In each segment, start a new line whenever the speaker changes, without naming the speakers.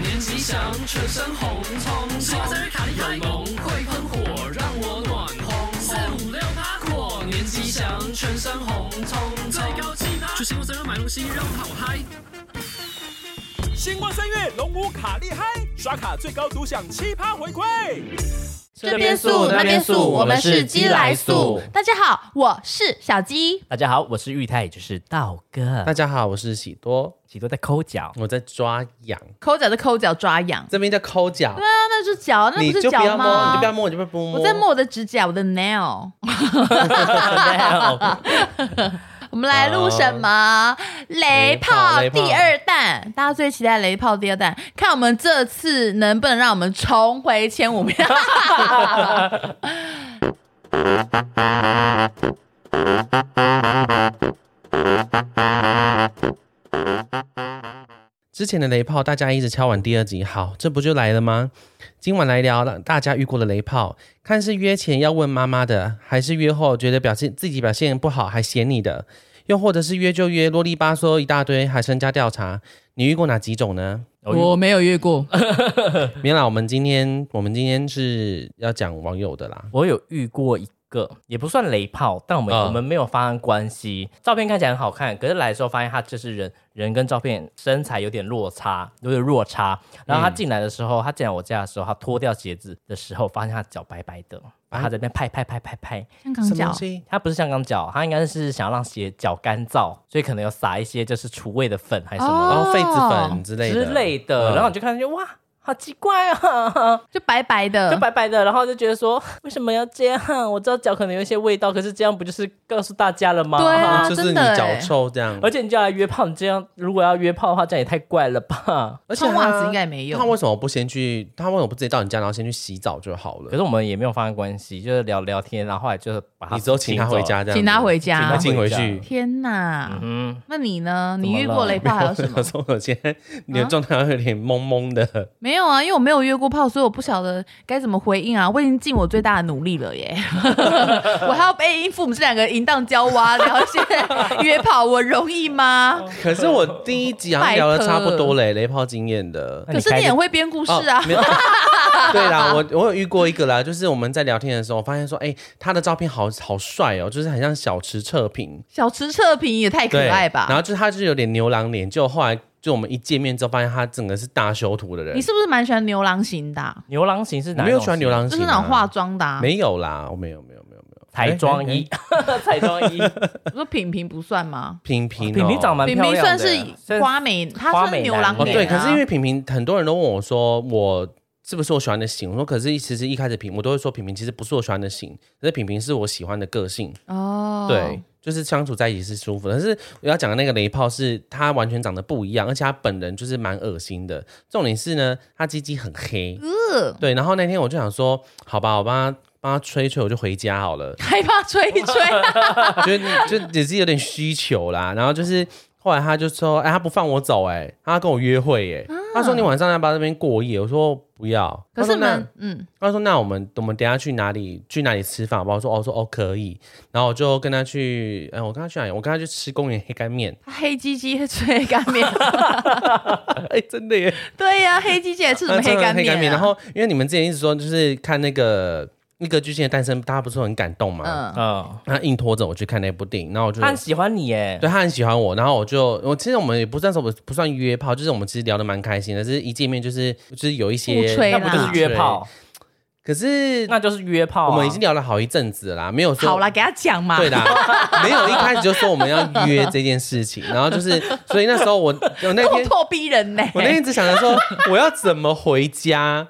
年吉祥，全身红彤彤。十八生日卡利太浓，会喷火，让我暖烘。四五六趴过年吉祥，全身红彤彤。最高气趴，去星光三月买东西，让我好嗨。
星光三月龙舞卡厉害，刷卡最高独享七趴回馈。
这边素那边素，我们是鸡来素。大家好，我是小鸡。
大家好，我是玉泰，也就是道哥
大。家好，我是喜多，
喜多在抠 脚，
我在抓痒，
抠脚是抠脚抓痒，
这边叫抠脚
对，啊，那是脚，那
你
不是
就不
脚
要摸，你
吗
就不？要摸，你就不要摸。
我在摸，我的指甲，我的 nail。我们来录什么？雷炮
雷炮
第二弹，大家最期待雷炮第二弹，看我们这次能不能让我们重回前五 名。
之前的雷炮，大家一直敲完第二集，好，这不就来了吗？今晚来聊大家遇过的雷炮，看是约前要问妈妈的，还是约后觉得表现自己表现不好还嫌你的，又或者是约就约啰里吧嗦一大堆，还身家调查，你遇过哪几种呢？
我
没有遇过，
明啦，我们今天我们今天是要讲网友的啦，
我有遇过一个，也不算雷炮，但我们、
嗯
啊
我们没有发生关系。照片看起来很好看，可是来的时候发现他就是人人跟照片身材有点落差，有点落差。然后他进来的时候，
嗯
他进来我家的时候，他脱掉鞋子的时候，发现他脚白白的，
哎
然后他在那边拍拍拍拍拍。
香港
什么
脚
东。西？
他不是香港脚，他应该是想要让鞋脚干燥，所以可能有撒一些就是除味的粉还是什么的。
然
哦
后痱子粉之类的
之类的，
嗯
然后你就看见哇，好奇怪啊，
就白白的，
嗯
就白白的，然后就觉得说为什么要这样？我知道脚可能有一些味道，可是这样不就是告诉大家了吗？
对啊
就是
真
你
的欸
脚臭这样，
而且你就要来约炮，你这样如果要约炮 的话，这样也太怪了吧？
而且
冲袜子
他
应该也没用
他。为什么不先去？他为什么不直接到你家，然后先去洗澡就好了？
可是我们也没有发生关系，就是聊聊天，然后后来就是把他
你之后请他回家，这样子
请他回家
请他进回
请
去。
天哪！
嗯，
那你呢？
怎
你
么
遇
了
过雷炮还 有什么
我？说我今天你的状态好像有点懵懵的，
没有啊，因为我没有约过炮，所以我不晓得该怎么回应啊。我已经尽我最大的努力了耶， 我还要被应付我们这两个淫荡娇娃，然后现在约炮，我容易吗？
可是我第一集好像聊的差不多 嘞，雷炮经验的。
那
可哎是
开
你
始
也会编故事啊
哦， 没有对啦，我我有遇过一个啦，就是我们在聊天的时候，我发现说，哎、他的照片好好帅哦，就是很像小池测评，
小池测评也 太可
对，
爱
然
吧？
后就是他就是有点牛郎脸，就后来就我们一见面之后，发现他整个是大修图的人。
你是不是蛮喜欢牛郎型的啊、
牛郎型是
我
哪一
没
种型？
有喜欢牛郎
就
型、啊，
是那种化妆的、啊。
没有啦，我没有没有没有没有。
彩妆衣，
哎
彩妆 衣，
我说品评不算吗？
平平、哦，
品评长得蛮
品
漂亮
评算
的，
是花美，她
花
算是
美
牛
男
郎
哦
哦，
脸、啊
对，可是因为平平，很多人都问我说，我是不是我喜欢的型？我说，可是其实一开始平，我都会说平平其实不是我喜欢的型，可是平平是我喜欢的个性，
哦，
对，，就是相处在一起是舒服的。但是我要讲的那个雷炮是，他完全长得不一样，而且他本人就是蛮恶心的。重点是呢，他鸡鸡很黑，
呃，
对。然后那天我就想说，好吧，我帮他帮他吹一吹，我就回家好 了。
害怕吹一吹，啊
就就只是有点需求啦。然后就是后来他就说，哎、他不放我走、哎，他要跟我约会、哎、他说你晚上要不要在那边过夜？我说不要。
啊可是
他说那
呢，嗯，
他说那我们我们等一下去哪里去哪里吃饭好不好？我说哦，我说哦可以。然后我就跟他去，哎、我跟他去哪里？我跟他去吃公园黑干面。
她黑鸡鸡吹干面，
哎、真的耶，
对呀、黑鸡鸡还吃什么
他真的
黑干
黑
面、啊？
干面。然后因为你们之前一直说就是看那个。那个巨星的诞生，大家不是很感动吗？
嗯，
嗯，
他硬拖着我去看那部电影，然后我就
他很喜欢你耶，
对他很喜欢我，然后我就我其实我们也不算什么不算约炮，就是我们其实聊得蛮开心的，只是一见面就是就是有一些
互吹
那
啦
不就是约
啊
炮？
可是
那就是约炮啊。
我们已经聊了好一阵子了啦，没有说
好啦，给他讲 嘛。
对啦，没有一开始就说我们要约这件事情，然后就是 所以那时候我我那
咄
天
咄逼人呢、
我那天只想着 说我要怎么回家，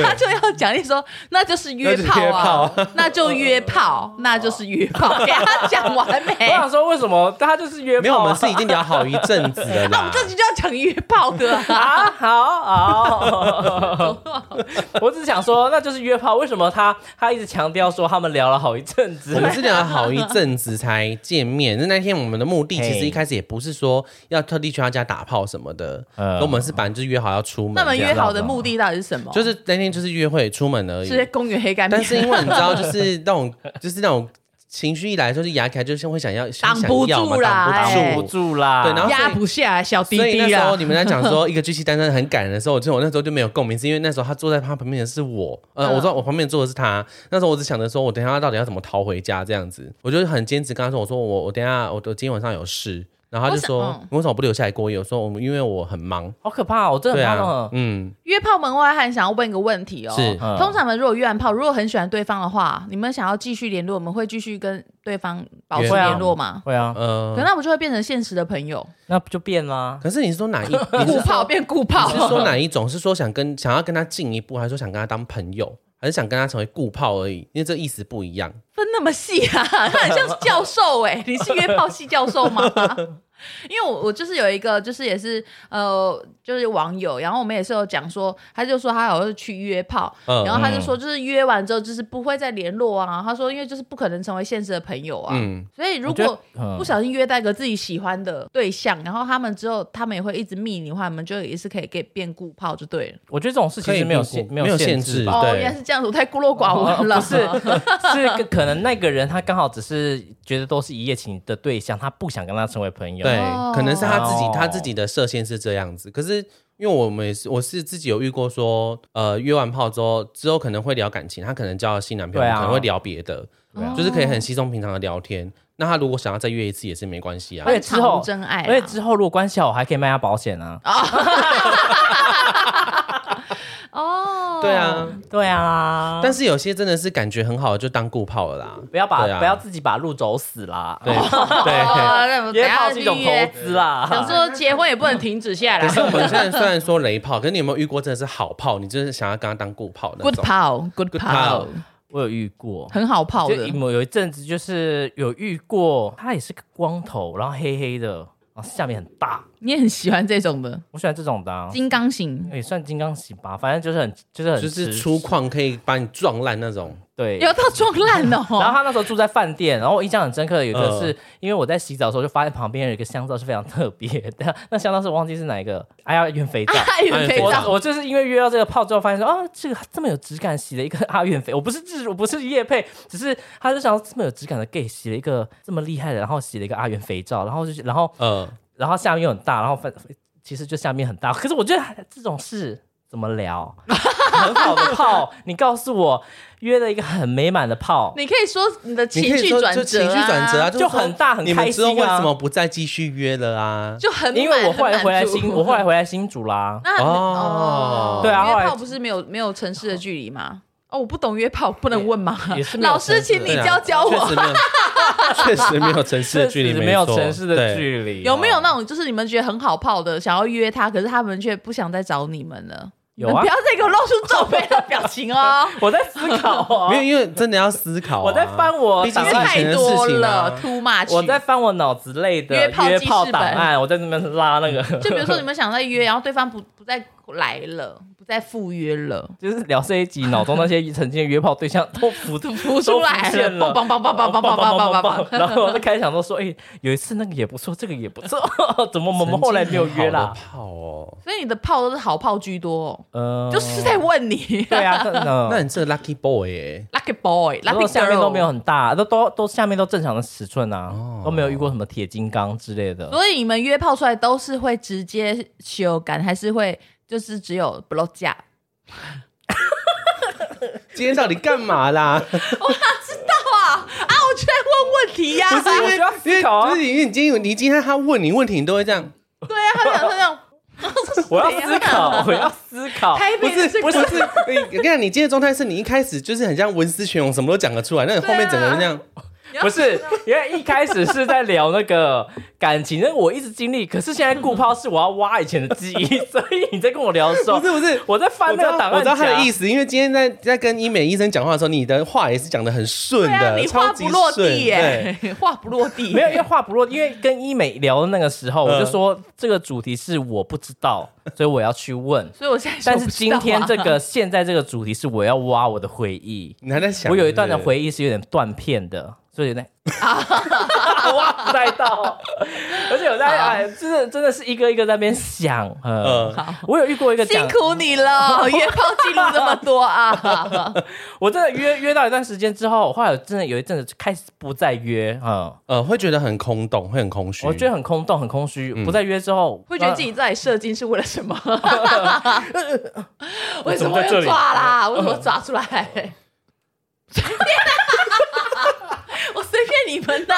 他就要讲，你说那就是约炮啊，那就约炮，那就是约炮，给他讲完没？
我想
啊，
说，为什么他就是约炮啊？
哎没有我们是已经聊好一阵子了
我
啦
们。这集就要讲约炮 的、啊。
啊，好好，我只是想说，那就是约炮。为什么他他一直强调说他们聊了好一阵子
我？们是聊了好一阵子才见面，那那天我们的目的其实一开始也不是说要特地去他家打炮什么的，
嗯
我们是本来就是约好要出门这
呃那
样，
么约好的目的到底是什么？
就是那天就是约会出门而已
是。在公园黑干 面。
但是因为你知道，就是那种就是那种情绪一来就是牙起来，就是会想要想
挡不
想要嘛
住啦
挡
哎
不
住
住。
住啦。
对然后
压不下来小弟
所以那
弟
时
啊
候。你们在讲 说一个巨星单身很感人的时候，我就我那时候就没有共鸣，是因为那时候他坐在他旁边的是我，呃，
嗯
我知道我旁边坐的是他。那时候我只想着说，我等一下到底要怎么逃回家这样子，我就很坚持跟他说，我说我我等一下我我今天晚上有事，然后他就
我
说
想嗯
你为什么不留下来过夜？我说我们因为我很忙，
好可怕、哦，我真的
对
很怕那
啊
种，。
嗯，
约炮门外汉想要问一个问题哦，
是
嗯
通常呢，如果约完炮，如果很喜欢对方的话，你们想要继续联络，我们会继续跟对方保持
约吗
联络吗？
会啊，
呃
可，那不就会变成现实的朋友，
那不就变啦？
可是你是说哪 一？你
顾
是
炮变顾炮
你是，说哪一种？是说想跟想要跟他进一步，还是说想跟他当朋友，还是想跟他成为顾炮而已？因为这意思不一样。
分那么细啊？他很像是教授哎、 你是约炮系教授吗？ 因为我我就是有一个，就是也是呃，就是网友，然后我们也是有讲说，他就说他好像是去约炮，
嗯
然后他就说就是约完之后就是不会再联络啊，他说因为就是不可能成为现实的朋友啊，
嗯，
所以如
我觉
果
得嗯
不小心约到一个自己喜欢的对象，然后他们之后他们也会一直密你的话，你们就也是可以给变固炮就对了。
我觉得这种事情是没有限
可以
没
没有限
限
制
吧。
哦，
对
原来是这样子，我太孤陋寡闻了。
哦不是， 是可能那个人他刚好只是觉得都是一夜情的对象，他不想跟他成为朋友。
对，
哦
可能是他自己
哦
他自己的设限是这样子。可是因为我们也是我是自己有遇过说，呃，约完炮之后之后可能会聊感情，他可能交了新男朋友，
对啊
可能会聊别的，
对啊
就是可以很稀松平常的聊天。那他如果想要再约一次也是没关系啊
而。且之
藏
后
无真爱啊，
而且之后如果关系好，我还可以卖他保险啊。
哦，
对啊，
对啊，
但是有些真的是感觉很好，就当顾炮了 啦。
不要把
对啊
不要自己把路走死啦。
对对。
哦，那我们等
约
一下
炮
就是去
一种投
约。
资啦。
想说结婚也不能停止下
可是
来。
我们现在虽然说雷炮，可是你有没有遇过真的是好炮？你就是想要跟他当顾炮那
Good
种？
炮，Good
Good
炮
炮，
我有遇过，
很好炮
就
的。
某有一阵子就是有遇过，他也是个光头，然后黑黑的，然后下面很大。
你也很喜欢这种的
我喜欢这种的、啊，
金刚型，
也算金刚型吧，反正就是很就是很
就是
直
粗犷可以把你撞烂那种。
对。
有到撞烂
然后
哦。
他那时候住在饭店，然后我印象很深刻的有一个
嗯
是、因为我在洗澡的时候就发现旁边有一个香皂是非常特别的，那香皂是我忘记是哪一个，哎呀，原肥皂。
阿元肥
肥
我
皂，
我就是因为约到这个泡之后，发现说啊，这个这么有质感，洗了一个阿元肥，我不是自我不是叶配，只是他就想要这么有质感的 gay 洗了一个这么厉害的，然后洗了一个阿元肥皂，然后就是然后
嗯，
然后下面又很大，然后反其实就下面很大，可是我觉得这种事怎么聊？ 很好的炮，你告诉我约了一个很美满的炮，
你可以说你的
你可
情
以
绪
说
转折
就
啊，
情绪转折啊，
就是
说
很大很
你
开
们之
心啊
后为什么不再继续约了啊？
就很满
因为我后来
很满
回来
足
新，我后来回来新竹啦。
那
哦
对啊
约
后来
炮不是没有没有城市的距离吗？哦，我不懂约炮，不能问吗
也是？没有
老
城
师，
市的
请
对
你
啊
教教
确
我
实，没 有，确实没有城市的距离，
确实没有
错
城市的。
对
距离，哦
有没有那种就是你们觉得很好泡的，想要约他，可是他们却不想再找你们了？
有啊
你们不要再给我露出皱眉的表情哦，
我在思考 哦
没，有，因为真的要思考啊。
我在翻我
毕竟
档
因为
是以前的
太
案，
多
事情啊
了，too much。
我在翻我脑子类的
约炮
约
记
炮
事
档
本
案，我在那边拉那个，
就比如说你们想再约，然后对方不不再来了，不再赴约了，
就是聊这一集，脑中那些曾经的约炮对象都浮
就 浮出来
都浮现
了，梆梆梆梆梆梆梆梆梆梆。
然后我就开始想说说，哎、有一次那个也不错，这个也不错， 怎么我们后来没有约
曾经很好
啦
的？炮哦，
所以你的泡都是好泡居多哦，
呃，
就是 在问你。
对啊，真
那
的。
你这 lucky boy 哎，
Lucky boy，
然
lucky
后
girl
下面都没有很大，都都都下面都正常的尺寸啊，
哦
都没有遇过什么铁金刚之类的。
所以你们约炮出来都是会直接修改，还是会就是只有 blow job？
今天到底干嘛 啦？
啊，我就在问问题呀、
不是我需要思考啊
就是因为你今天你今天他问你问题，你都会这样，
对啊，他想他想，
我要思 考，我要思考。
台
不
北
是
是
不是，你我跟你讲，你今天的状态是你一开始就是很像文思泉涌，什么都讲得出来，那你后面整个人这样，
啊 不是，因为一开始是在聊那个感情，那个我一直经历，可是现在顾抛是我要挖以前的记忆，所以你在跟我聊的时候，
不是不是，
我在翻那个档案啊
我知道他的意
思，
思，因为今天在在跟医美医生讲话的时候，你的话也是讲的很顺
对啊，
的，
你
超
话
级
不落
顺
地耶、话不落地、
没有，因为话不落，因为跟医美聊的那个时候，
嗯
我就说这个主题是我不知道，所以我要 去问。
所以我现在说
但
我
是
不知
今
道啊
天这个现在这个主题是我要挖我的回忆，
你还在想，
我有一段的
是不是
回忆是有点断片的，所以呢，哇塞到，而且我在哎，真的真的是一个一个在那边想，
呃，
呃，我有遇过一个
辛
讲
苦你 了，约炮记录这么多啊！
我真的约约到一段时间之后，后来真的有一阵子开始不再约，嗯，
呃，会觉得很空洞，会很空虚。
我觉得很空洞，很空虚。不再约之后，啊
会觉得自己在射精是为了什么？为什么要抓啦？为什么抓出来？随便啊我随便你们的，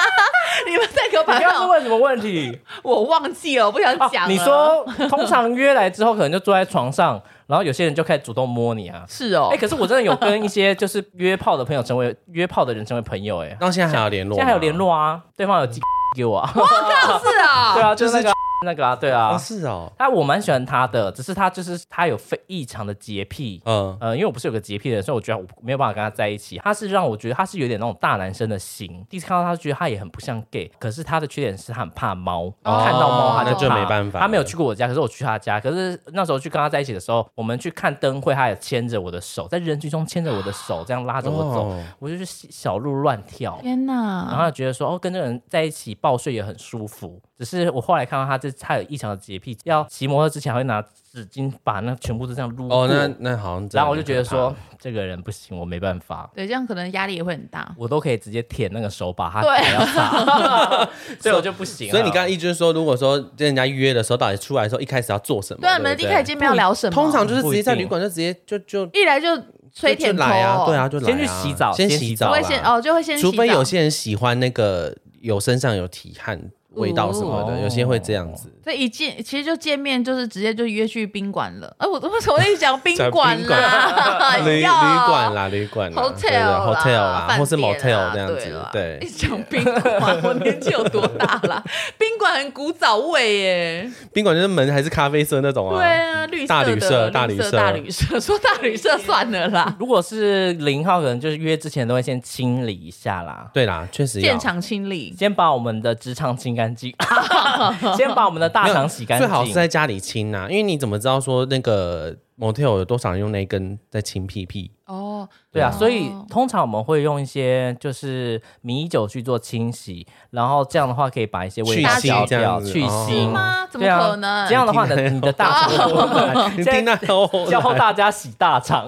你们在给我
呃。
摆
你刚刚是
放，
问什么问题？
我忘记了，我不 想
啊
讲了。
你说通常约来之后，可能就坐在床上，然后有些人就开始主动摸你啊。
是哦
哎、？可是我真的有跟一些就是约炮的朋友成为 约炮的人成为朋友、哎，
到现在还有联络，
现在还有联。络啊，对方有寄给我啊，
是啊
对，啊，就是那
就是
个那个啊，对
啊，
啊。
是哦，
但我蛮喜欢他的，只是他就是他有非异常的洁癖，
嗯，
呃，因为我不是有个洁癖的人，所以我觉得我没有办法跟他在一起。他是让我觉得他是有点那种大男生的型，第一次看到他就觉得他也很不像 gay，可是他的缺点是他很怕猫，
哦
看到猫他就
那就
怕
没办法
他没有去过我家，可是我去他家，可是那时候去跟他在一起的时候，我们去看灯会，他也牵着我的手，在人群中牵着我的手，这样拉着我走，
哦
我就是小鹿乱跳。
天
然
哪！
后觉得说哦，跟这个人在一起报睡也很舒服。只是我后来看到他这他有异常的洁癖，要骑摩托车之前还会拿纸巾把那全部都这样撸过。
哦，那那好像真的很可怕，
然后我就觉得说，这个人不行，我没办法，
对，这样可能压力也会很大。
我都可以直接舔那个手把，他
对
还要 擦，所以我就不行了。
所以你刚刚一直说，如果说跟人家约的时候，到底出来的时候一开始要做什么？
对啊，你们
不
一开始见面要聊什么？
通常就是直
不一
接
定
在旅馆就直接就就
一来就吹
就
舔
就
头，
来啊，对，啊，就来啊
先去洗澡
先
先
洗
洗
澡
澡
会
啦
先哦，就会先洗澡
除非有些人喜欢那个有身上有体汗味道什么的，
哦
有些会这样子。
这一见，其实就见面就是直接就约去宾馆了。哎、我我为什么一直讲宾馆啦？ 啊
旅旅馆啦，旅馆啦对对
哎，hotel 啦
hotel 啦，
饭
或是
店
motel
啦
这样
对
子
啦，一
对，
直讲宾 馆，我年纪有多大啦？宾馆很古早味耶，
宾馆就是门还是咖啡色那种
对
啊，
啊，绿色
大
的
旅社
绿
大旅
色
社
大旅社， 说大旅社算了啦，
如果是零号，可能就是约之前都会先清理一下啦，
对啦，确 实要
现场清理。
先把我们的职场清干 净， 先把我们的大肠洗干
最
净，
好是在家里清啊，因为你怎么知道说那个 motel 有多少人用那一根在清屁 屁？
哦，
对啊，
哦
所以通常我们会用一些就是米酒去做清洗，然后这样的话可以把一些味道
去腥
消
这样
掉，
子
去
哦
腥。
吗？怎么
对啊
可能？哦
这样的话呢，你的大肠
你听到
教大家洗大肠。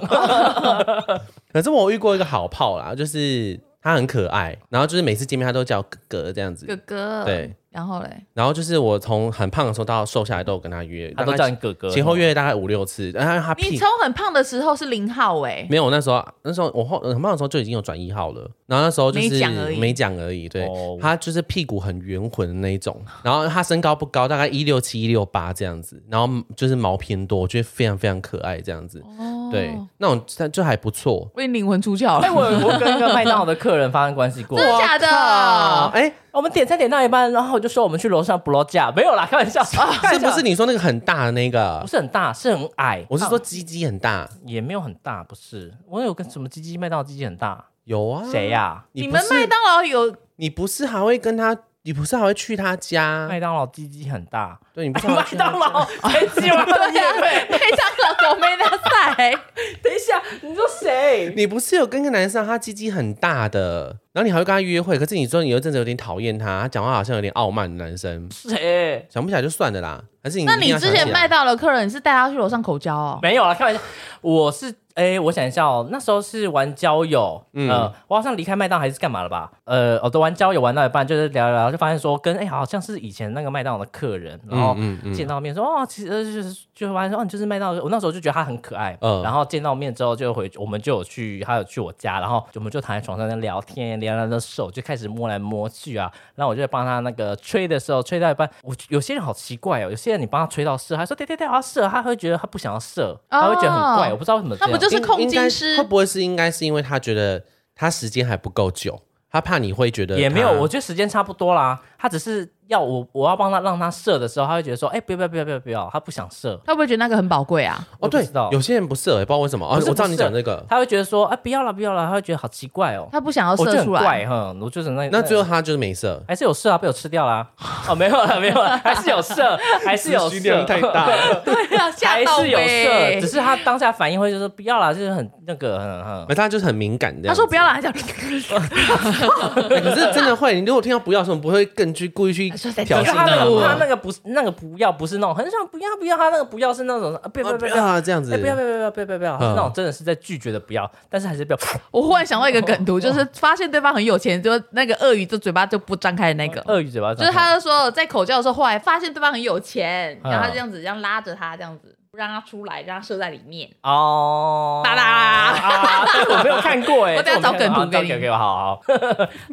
可是我遇过一个好炮啦，就是他很可爱，然后就是每次见面他都叫哥哥这样
哥
子，
哥，
对，
然后嘞，
然后就是我从很胖的时候到瘦下来都有跟他约，
他都
大
叫
概
你哥哥，
前后约了大概五六次，然后他
你
屁
从很胖的时候是零号哎，
没有那时候啊那时候我后很胖的时候就已经有转一号了，然后那时候就是
没讲而已
没讲而已，对
哦
他就是屁股很圆浑的那一种，然后他身高不高，大概一六七一六八这样子，然后就是毛偏多，我觉得非常非常可爱这样子，
哦
对，那种但就还不错，
我已经灵魂出窍
哎，
了，
我我跟一个麦当劳的客人发生关系过
真。的假
啊，
的？
哎、
我们点菜点到一半，然后我就说我们去楼上 blow 架，没有啦，开 玩笑，
啊是不是你说那个很大的那
不
个？
是很大，是很矮。啊
我是说鸡鸡很大，
也没有很大，不是。我有跟什么鸡鸡麦当劳鸡鸡很大，
有啊？
谁？呀？
你
你
不
们
是
麦当劳有
你不是还会跟他？你不是还会去他家？
麦当劳鸡鸡很 大，
对，你不是还会
麦
去他
当劳谁鸡完了
对啊，配上老狗没那赛，
等一下，你说 谁？
你不是有跟个男生，他鸡鸡很大的，然后你还会跟他约会，可是你说你有一阵子有点讨厌他，他讲话好像有点傲慢的男生，
谁？
想不起来就算了啦。还是你
那你之前麦
卖
当劳客人你是带他去楼上口交哦？
没有啦，开玩笑。我是哎、我想一下哦，那时候是玩交友，
嗯
嗯，呃、我好像离开麦当还是干嘛了吧？呃，我、哦、都玩交友玩到一半，就是聊一聊，就发现说跟哎、好像是以前那个麦当劳的客人，然后
嗯嗯嗯
见到面说哦，其实呃就是就发现说哦，你就是麦当劳。我那时候就觉得他很可爱，
嗯
然后见到面之后就回，我们就有去，他有去我家，然后我们就躺在床上在聊天，聊聊的手就开始摸来摸去啊，然后我就帮他那个吹的时候，吹到一半，我有些人好奇怪哦，有些人你帮他吹到射，他说对对对，我要射，他会觉得他不想要射，他会觉得很怪，我不知道为什么这
他
样。
不就是控精师
会？不会是应该是因为他觉得他时间还不够久，他怕你会觉得
也没有，
他
我觉得时间差不多啦，他只是要我我要帮他让他射的时候，他会觉得说，哎、不要不要不要不要不要，他不想射，
他会不会觉得那个很宝贵啊？
我
哦，
不
对
知道，
有些人不射、欸，不知道为什么。哦，我
不是
知道
不
你
是
讲这个，
他会觉得说，哎、不要了不要了，他会觉得好奇怪哦，
他不想要
我就
射
很
出来，
怪哈，我就是那
那最后他就是没 射。
还是有射啊，被我吃掉啦、哦，没有了，没有了，还是有射，还是有
资
射，
讯量太大 了，
对啊，吓
还
到欸
是有射，
呗
只。是他当下反应会就是不要啦，就是很那个，很很
而他就是很敏感的。
他说不要啦，他讲
欸可是真的会，你如果听到不要的时候，你不会更去故意去
说在
挑
可
衅
是
他
他那个他那
吗？
个不是那个不要，不是那种很想不要不要，他那个不要是那种啊，不要
哦
不
不
要
要
不要。
啊，这样子
哎、，不要不要不要不要不要不要！是那种真的是在拒绝的不要，但是还是不要。
我忽然想到一个梗图，就是发现对方很有钱，就那个鳄鱼就嘴巴就不张开的那个，
鳄鱼嘴巴张
就
开
是他就说在口交的时候，后来发现对方很有钱，
嗯
然后他这样子这样拉着他，这样子不让他出来，让他射在里面。
哦，
哒哒
啊！这我没有看过哎，
我等下
这没有
找梗
看过
图
啊
给你
找梗给我，好好。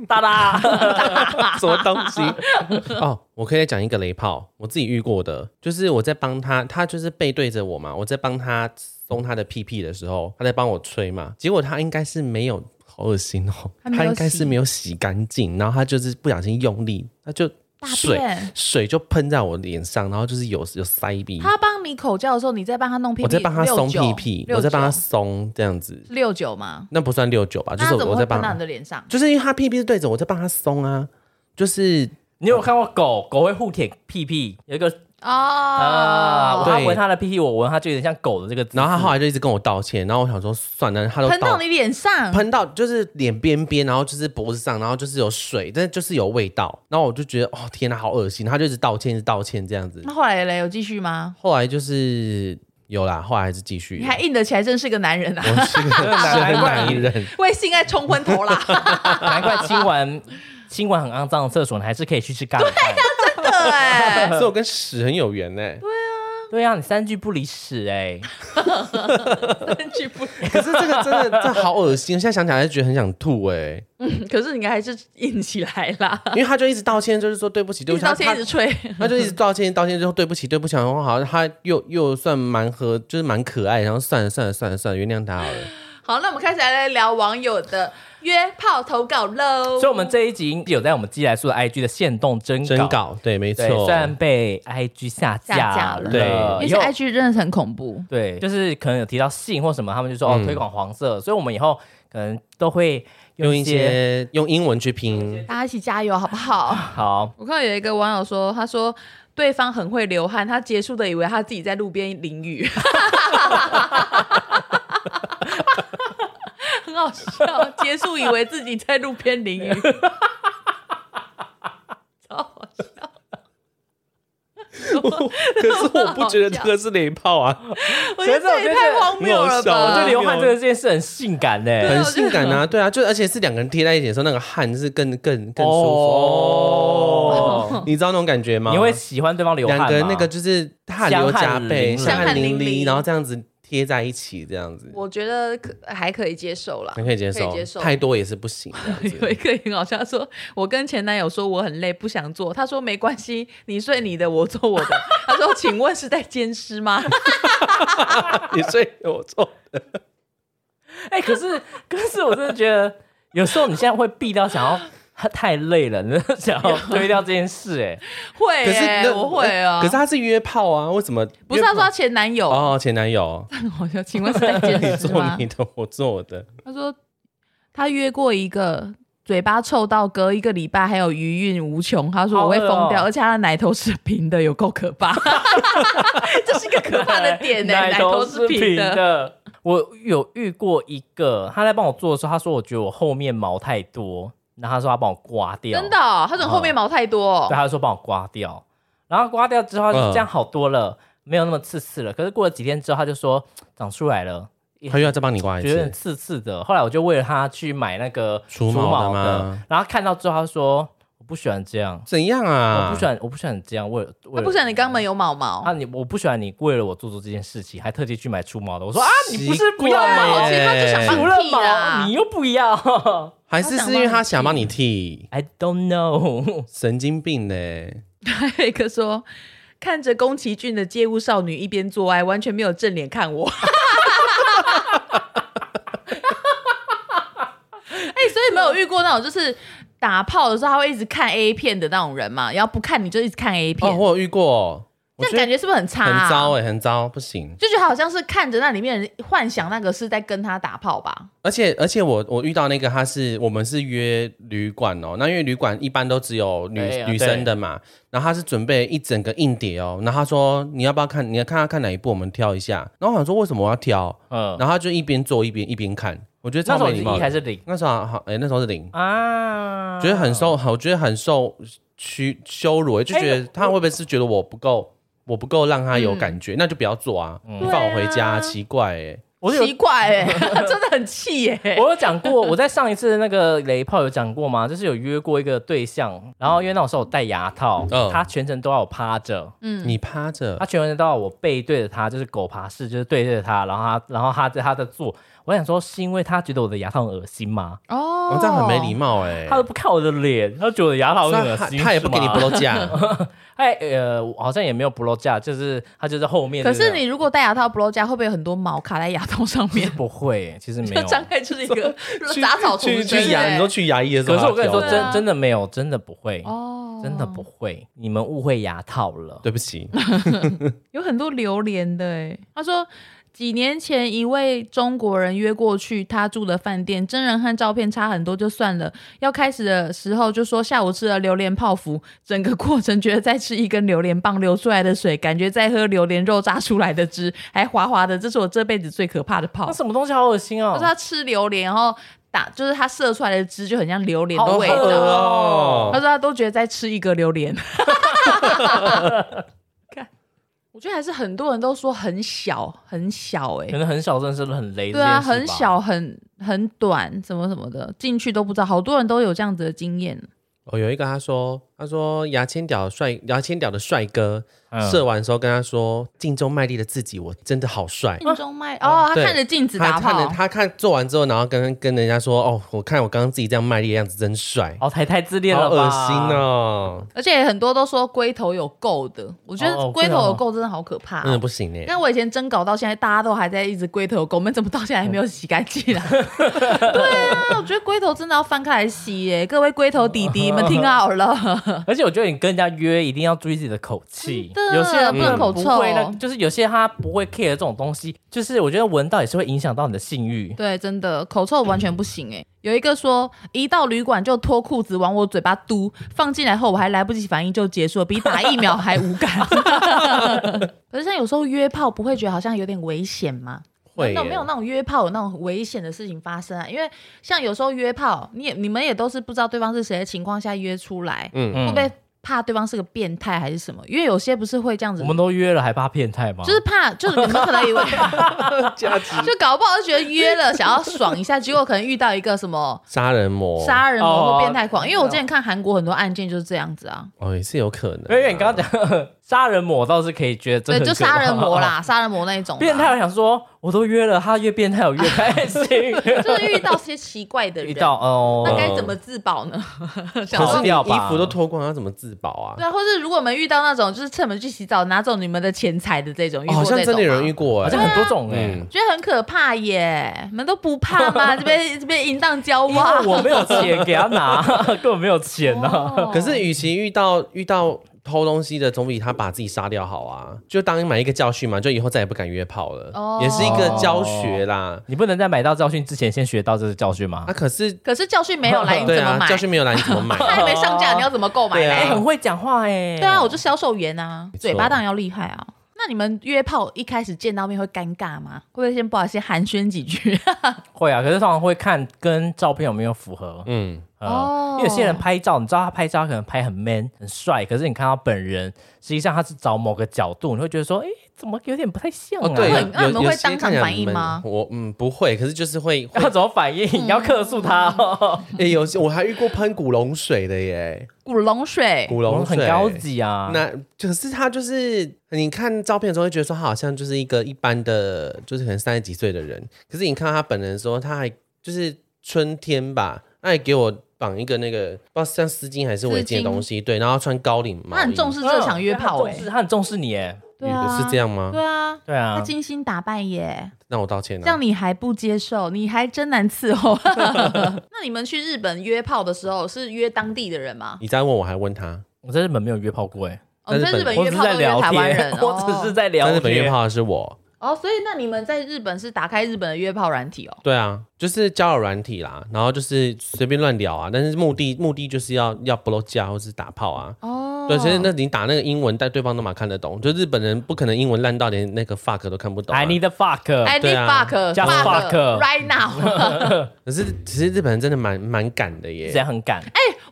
哒哒，
什么东西？ 哦，我可以再讲一个雷炮，我自己遇过的，就是我在帮他，他就是背对着我嘛，我在帮他松他的屁屁的时候，他在帮我吹嘛，结果他应该是没有，好恶心哦，
他没有
他应该
洗
是没有洗干净，然后他就是不小心用力，他就
大
水
便
水就喷在我脸上，然后就是有有塞鼻，
他帮你口交的时候，你在帮他弄屁屁，
我在帮他松
69
屁屁，我在帮他
69
松这样子，
六九吗？
那不算六九吧，就
那
是
他怎
我
么
在
会
帮
喷到
他
你，的脸上？
就是因为他屁屁是对着我我在帮他松啊，就是
你有看过狗狗会互舔屁屁？有一个啊，
哦，
他
对
闻他的屁屁，我闻他就有点像狗的这个姿势。
然后他后来就一直跟我道歉，然后我想说算了，他都
喷到
道
你脸上，
喷到就是脸边边，然后就是脖子上，然后就是有水，但就是有味道，然后我就觉得哦天哪，好恶心，他就一直道歉，一直道歉这样子
那。后来嘞，有继续吗？
后来就是有啦，后来还是继续
你。还硬得起来，真是个男人啊！
我是个是个男人，
为性爱冲昏头 啦，
难怪清完清完很肮脏的厕所，你还是可以去吃咖喱
啊
饭。
对，
所以我跟屎很有缘呢、
对啊，你三句不离屎哎，
真去不。
可是这个真的，这好恶心，现在想起来还是觉得很想吐哎、
可是你还是硬起来啦，
因为他就一直道歉，就是说对不起， 对
一
不
直
起，他
到现在一直吹。
他就一直道歉，道歉之后对不起，对不起，然后好像他又又算蛮和，就是蛮可爱，然后算了算了算了算了，原谅他好了。
好，那我们开始来聊网友的约炮投稿喽。
所以我们这一集有在我们寄来素的 IG 的限动征
真搞对，没
对，
错
虽。然被 IG 下
下
架
架了
对
因为
以后
IG 真的是很恐怖，
对，就是可能有提到性或什么，他们就说哦
嗯
推广黄色，所以我们以后可能都会
用一
一些
些用英文去 拼，
大家一起加油好不好？
好
我看到有一个网友说，他说对方很会流汗，他结束的以为他自己在路边淋雨， 很好笑。结束以为自己在路边 淋雨，超好笑。
可是我不觉得这个是雷炮啊，
我觉得这也太荒谬了
很好
我
笑啊
觉
吧
得！流哦汗这个这件事很性感欸呢、
对
很
我觉
性
得
感啊，呃对啊，就而且是两个人贴在一起的时候，那个汗是更更更舒服
哦
哦，你知道那种感觉吗？
你会喜欢对方流汗吗
两个人那个就是汗流浃背，
香
香
汗
汗
淋漓
淋漓，然后这样子贴在一起，这样子。
我觉得可还可以接受啦
你。可以接
可
受
以接，受
太多也是不行。这样子
有一个也很好笑，他说我跟前男友说我很累，不想做。他说没关系，你睡你的，我做我的。他说，请问是在奸 尸吗？
你睡我错，
哎、可是可是我真的觉得，有时候你现在会避到想要。他太累了，你就 想要推掉这件事、哎，
会、
可是
耶，
那哎
我会啊。
可是他是约炮啊，为什么？
不是他说他前男友，
哦，前男友，
好像请问是在兼
你
职
做
吗
你？的，我做我的，
他说他约过一个。嘴巴臭到隔一个礼拜还有余韵无穷，他说我会疯掉，
好恶哦
而且他的奶头是平的，有够可 怕，这是一个可怕的点呢、 奶头是平的，
的。我有遇过一个，他在帮我做的时候，他说我觉得我后面毛太多，然后他说他帮我刮掉，
真的哦、他怎么后面毛太多哦、
对，他就说帮我刮掉，然后刮掉之后他就
嗯
这样好多了，没有那么刺刺了。可是过了几天之后，他就说长出来了，
他又要再帮你刮一
觉得有
次
点。刺刺的。后来我就为了他去买那个
除毛的
毛
吗
然后看到之后他说我不喜欢这样，
怎样啊？
我不喜欢，我不喜欢这样，为了为
他
了
不想你肛门有毛毛，
啊你我不喜欢你为了我做出这件事情，还特地去买除毛的。我说啊，你不是
奇
不要
怪
毛，
好奇怪，就想
耶
除
放
了
屁
毛
啦
你。又不要
还是是因为他想帮你剃，
，I don't know。
神经病呢、
还有一个说，看着宫崎骏的街舞少女一边做爱，完全没有正脸看我。 哎哎、所以没有遇过那种，就是打炮的时候，他会一直看 A 片的那种人嘛，然后不看你就一直看 A 片，
哦，我有遇过，我
这
觉
感
得
觉是不是很差、啊？
很糟哎、很糟，不行。
就觉得好像是看着那里面的人幻想那个是在跟他打炮吧？
而且而且我我遇到那个他是我们是约旅馆哦，那因为旅馆一般都只有女、
对啊
女生的嘛，然后他是准备一整个硬碟哦，然后他说你要不要看，你要看他看哪一部，我们挑一下。然后我想说为什么我要挑，
嗯，
然后他就一边做一边一边看，我觉得
那
超
时候
没
是
礼
一
貌
还
的。
是零
那时候好哎、那时候是零，
啊？
觉得很受，我觉得很受呃屈羞辱，欸
哎
就觉得他会不会是觉得我不够，我不够让他有感
嗯
觉，那就不要做啊，你放我回家、
对啊
奇怪哎、
我有
奇 怪哎、真的很气耶、
我有讲过， 我在上一次那个雷炮有讲过吗？就是有约过一个对象，然后因为那时候我戴牙套，
嗯
他全程都要我趴着，
你趴着
他，全程都要我背对着他，就是狗爬式，就是对着他，然后他，然后他在他在做。我想说，是因为他觉得我的牙套很恶心吗？
哦
我、这样很没礼貌哎、
他都不看我的脸，他觉得我的牙套
所
很
以
恶
他
心，
他也不给你
是吗
不露 价，
哎呃，我好像也没有不落架，就是他就在后面
可
这
是
样。
你如果戴牙套 blow 夹，会不会有很多毛卡在牙套上面？
不会，其实没
就
有。
张开就是一 个杂草丛
去
生
去牙，
哎
你说去牙医的时候
可是
还要挑，
我跟你说，
对啊
真真的没有，真的不会，
哦，
真的不会。你们误会牙套了。
对不起，
有很多榴莲的哎、他说。几年前，一位中国人约过去他住的饭店，真人和照片差很多就算了。要开始的时候就说下午吃了榴莲泡芙，整个过程觉得在吃一根榴莲棒流出来的水，感觉在喝榴莲肉榨出来的汁，还滑滑的。这是我这辈子最可怕的泡
那。什么东西好恶心
他
哦
说！他吃榴莲，然后打就是他射出来的汁就很像榴莲
好
的味道。
恶
哦
他说他都觉得在吃一个榴莲。 看，我觉得还是很多人都说很小很小哎、
可能很小，真的是很雷。
对啊，很小。很很短，什么什么的，进去都不知道。好多人都有这样子的经验。
哦，有一个他说，他说牙签屌帅，牙签屌的帅哥、
嗯
射完的时候跟他说，镜中卖力的自己，我真的好帅。
镜中麦哦，他
对
看着镜子
他
打
看了
炮，
他看做完之后，然后跟跟人家说，哦，我看我刚刚自己这样卖力的样子真帅，
哦，太太自恋
好
了吧，
恶心！哦，
而且很多都说龟头有垢的。我觉
哦
得
哦
龟
龟头
头有垢真的好可怕、哦
真的不行哎。
但我以前征稿到现在，大家都还在一直龟头有垢，我们怎么到现在还没有洗干净啊？对啊，我觉得龟头真的要翻开来洗耶！各位龟头弟弟们听好了。
而且我觉得你跟人家约一定要注意自己的口气，
真的
有些人
不能口
不
臭
会呢，就是有些他不会 care 这种东西，就是我觉得闻到也是会影响到你的性欲。
对，真的口臭完全不行哎、有一个说，一到旅馆就脱裤子往我嘴巴嘟，放进来后我还来不及反应就结束了，比打疫苗还无感。可是像有时候约炮不会觉得好像有点危险吗？
会欸
那
耶
没有那种约炮有那种危险的事情发生啊？因为像有时候约炮，你也你们也都是不知道对方是谁的情况下约出来，
嗯
会不会怕对方是个变态还是什么？因为有些不是会这样子
我，们都约了，还怕变态吗？
就是怕，就是你们可能以 为。
价值
就搞不好就觉得约了想要爽一下，结果可能遇到一个什么
杀人魔，
杀人魔
哦
或变态狂，因为我之前看韩国很多案件就是这样子啊，
哦也是有可能。
因为你刚刚讲 杀人魔，倒是可以觉得真
对，
的
就
很可怕
杀人魔。啦，杀人魔那一种啦，
变态，我想说，我都约了，他越变态，我越开心。
就是遇到些奇怪的人，
遇到哦，
那该怎么自保呢？ 想
可是
说
你
掉吧
哦衣服都脱光，要怎么自保啊？
对啊，或是如果我们遇到那种就是趁我们去洗澡拿走你们的钱财的这种，遇
哦
过
好像
这
真的
种
有
吗
人遇过
好像
哎，
很多种哎、
嗯，
觉得很可怕耶，你们都不怕吗？这边这边淫荡交
因为
往，
我没有钱给他拿， 根本没有钱呢、啊。
哦
可是，与其遇到遇到偷东西的，总比他把自己杀掉好啊！就当买一个教训嘛，就以后再也不敢约炮了，
哦
也是一个教学啦。
你不能在买到教训之前先学到这个教训吗
啊，？可是
可是教训没有来，你
对
怎么
啊，
买？
教训没有来，你怎 么买？
他还没上架，你要怎么购买
对
嘞？
啊
哎、很会讲话哎、
对啊，我就销售员啊，
错
嘴巴当然要厉害啊。那你们约炮一开始见到面会尴尬吗？会不会先不好意思先寒暄几句？
会啊，可是通常会看跟照片有没有符合。
嗯，
呃
哦
因为有些人拍照，你知道他拍照他可能拍很 man 很帅，可是你看到本人，实际上他是找某个角度，你会觉得说，哎、怎么有点不太像啊？
哦对，
会那你
有
们会
有些
当场
看起来
反应
很闷
吗
我嗯不会，可是就是会会
要怎么反应？
嗯
你要克诉他、哦，
诶有些我还遇过喷古龙水的耶，
古龙水，
古龙
很
水
高。级啊。
那可是他就是你看照片的时候会觉得说他好像就是一个一般的，就是可能三十几岁的人。可是你看到他本人的时候，他还就是春天吧，他还给我绑一个那个不知道像丝巾还是围巾的东西，对，然后穿高领毛衣，
他很重视这场约炮
哎、
哎、
他很重视你哎、
对啊
是这样吗？
对啊，
对
他
啊，
精心打扮耶，
那我道
嗯
歉了、啊
让你还不接受，你还真难伺候。 那你们去日本约炮的时候是约当地的人吗？
你再问我还问他，
我在日本没有约炮过哎，
哦，你在
在
日
日本
本
我
约
只是
炮
在
都约
聊
台湾人
天，，我
哦
只是在聊
但
天。
是本月炮的是我。
哦，所以那你们在日本是打开日本的约炮软体哦？
对啊，就是交友软体啦，然后就是随便乱聊啊，但是目的目的就是要要 blow 架或是打炮啊。
哦，
对，其实那你打那个英文，但对方都蛮看得懂。就日本人不可能英文烂到连那个 fuck 都看不懂、啊。
I need a fuck，
I
对
need
啊
fuck，
加 fuck
right now。
可是其实日本人真的蛮蛮敢的
这
耶。
样很赶。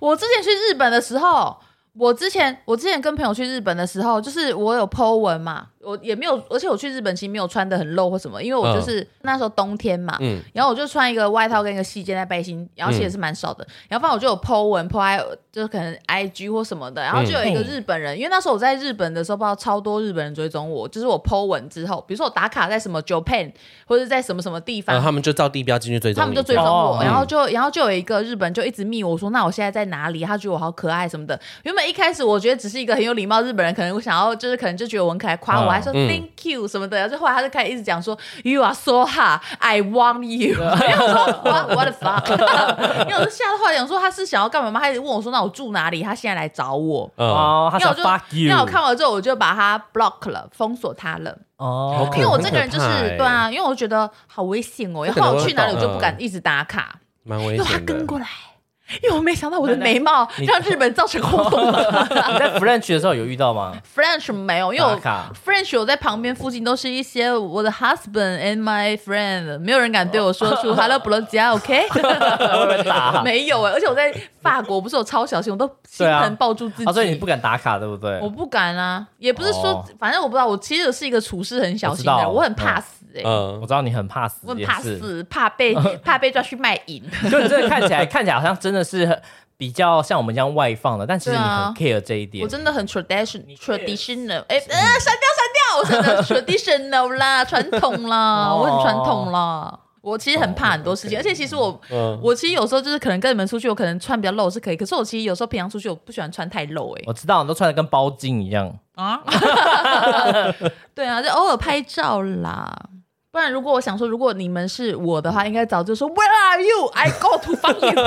我之前去日本的时候，我之前我之前跟朋友去日本的时候，就是我有 Po 文嘛，我也没有，而且我去日本其实没有穿的很露或什么，因为我就是、那时候冬天嘛，
嗯
然后我就穿一个外套跟一个细肩带背心，然后其实也是蛮少的，然后反正我就有 Po 文 Po 在就是可能 IG 或什么的，然后就有一个日本人，因为那时候我在日本的时候，不知道超多日本人追踪我，就是我 Po 文之后，比如说我打卡在什么 Japan 或者在什么什么地方
然后，呃他们就照地标进去追踪
他
你，
们就追踪我，
哦
然后就然后就有一个日本就一直密我说，那我现在在哪里？他觉得我好可爱什么的。原本一开始我觉得只是一个很有礼貌的日本人，可能我想要就是可能就觉得我很可爱，夸我，
嗯
还说 Thank you 什么的。然后就后来他就开始一直讲说 You are so hot, I want you。然后我说 What What the fuck？因为我 就吓得后来想说他是想要干嘛吗？他一直问我说那我住哪里？他现在来找我。
嗯，
哦，他
那
想
我就
fuck you。
那我看完之后，我就把他 block 了，封锁他了。
好
哦
可
因为我这
很
个人就是
怕欸
对啊，因为我觉得好危险哦。然
可能
后我
会
去哪里我就
爆
嗯
不敢一直打卡。
蛮危
因为他
险的
跟。过来，因为我没想到我的眉毛
你
让日本造成轰动了。
你在 French 的时候有遇 到吗？
French 没有，因为
打
我
卡
French 我在旁边附近都是一些我的 husband and my friend，没有人敢对我说 出 hello b l o g a OK？
会被打。
没有哎、而且我在法国不是我超小心，我都心
对啊
疼抱住自己。
啊，所以你不敢打卡，对不对？
我不敢啊，也不是说，
哦
反正我不知道，我其实是一个处事很小心的
我知
人，
道
我很怕死哎、
嗯
我，知道你很怕死，
我很
也
怕
是。
死，怕被怕被抓去卖淫。
就你这个看起来看起来好像真的是很比较像我们这样外放的，但其实你很 care 这一
啊
点。
我真的很 tradition traditional，哎、呃，删掉删掉，我真的 traditional 啦，传统啦，
哦
我很传统啦。我其实很怕很多事情，而且其实我、
嗯
我其实有时候就是可能跟你们出去，我可能穿比较露是可以，可是我其实有时候平常出去我不喜欢穿太露、欸，
我知道，你都穿的跟包巾一样。
啊， 对啊，就偶尔拍照啦。不然，如果我想说，如果你们是我的话，应该早就说 Where are you? I go to fuck you.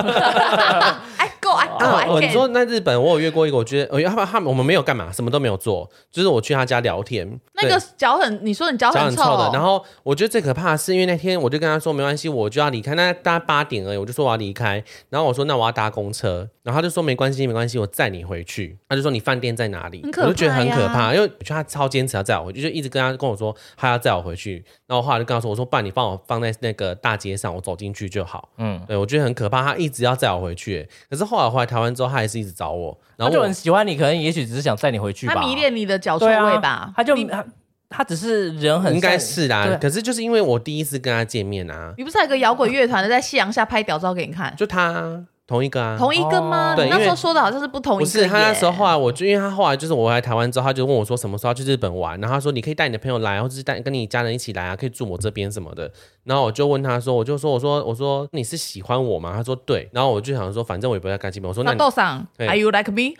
I go, I go,
啊，
I
我你
can.
说那日本，我有约过一个，我觉得，呃，他们他们我们没有干嘛，什么都没有做，就是我去他家聊天，
那
对
个脚很，你说你脚
脚
很
很
臭
臭
哦、
的。然后我觉得最可怕的是，因为那天我就跟他说没关系，我就要离开。那大概八点而已，我就说我要离开。然后我说那我要搭公车，然后他就说没关系，没关系，我载你回去。他就说你饭店在哪里
很？可
我
怕呀
就觉得很可怕，因为我觉得他超坚持要载我回去，就一直跟他跟我说他要载我回去。然后后来就跟他说，我说爸，你帮我放在那个大街上，我走进去就好。
嗯，
对，我觉得很可怕，他一直要载我回去。欸可是后来回来台湾之后，他还是一直找我，然
他
后
就
我
很喜欢你，可能也许只是想载你回去吧。
他迷恋你的脚臭
对啊
味吧？
他就
你
他他只是人很
应该
善
是
对
啦。可是就是因为我第一次跟他见面啊，
你不是还有个摇滚乐团的在夕阳下拍屌照给你看？
就他同一个啊，
同一个吗？
哦
你
对
那时
因
候
为
说的好像是不同
不
一个
是
耶
他那时候后来我就因为他后来就是我回来台湾之后，他就问我说什么时候要去日本玩，然后他说你可以带你的朋友来，或者是带跟你家人一起来啊，可以住我这边什么的。然后我就问他说，我就说我说我说你是喜欢我吗？他说对。然后我就想说，反正我也不要干净面，我说那
那
你
豆上
对
，Are you like me？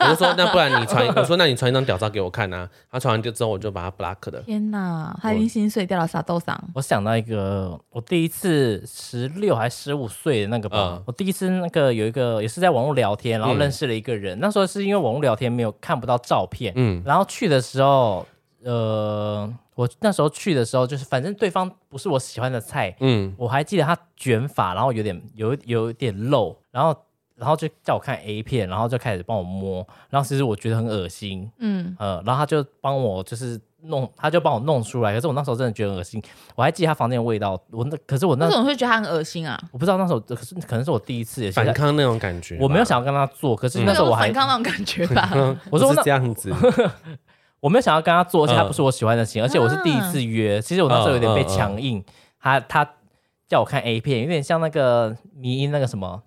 我就 说那不然你传，我说那你传一张屌照给我看啊。他传完之后我就把他 block 了。
天哪，他已经心碎掉了，傻豆上。
我想到一个，我第一次十六还十五岁的那个吧，
嗯
我第一次那个有一个也是在网络聊天，然后
嗯
认识了一个人。那时候是因为网络聊天没有看不到照片，
嗯
然后去的时候，呃，我那时候去的时候就是反正对方不是我喜欢的菜，
嗯，
我还记得他卷发，然后有点有有点露，然后然后就叫我看 A 片，然后就开始帮我摸，然后其实我觉得很恶心，
嗯，
呃，然后他就帮我就是弄，他就帮我弄出来。可是我那时候真的觉得很恶心，我还记得他房间的味道。我那可是我那
为什么会觉得他很恶心啊？
我不知道那时候可是可能是我第一次，也是
反抗那种感觉吧，
我没有想要跟他做，可是那时候我
有
还
啊反抗那种感觉吧？
我说
不
那
是
嗯
这样 子，
我没有想要跟他做，而且他
嗯
不是我喜欢的型，而且我是第一次约，其实我那时候有点被强
嗯
硬，他他叫我看 A 片，有点像那个迷音那个什么，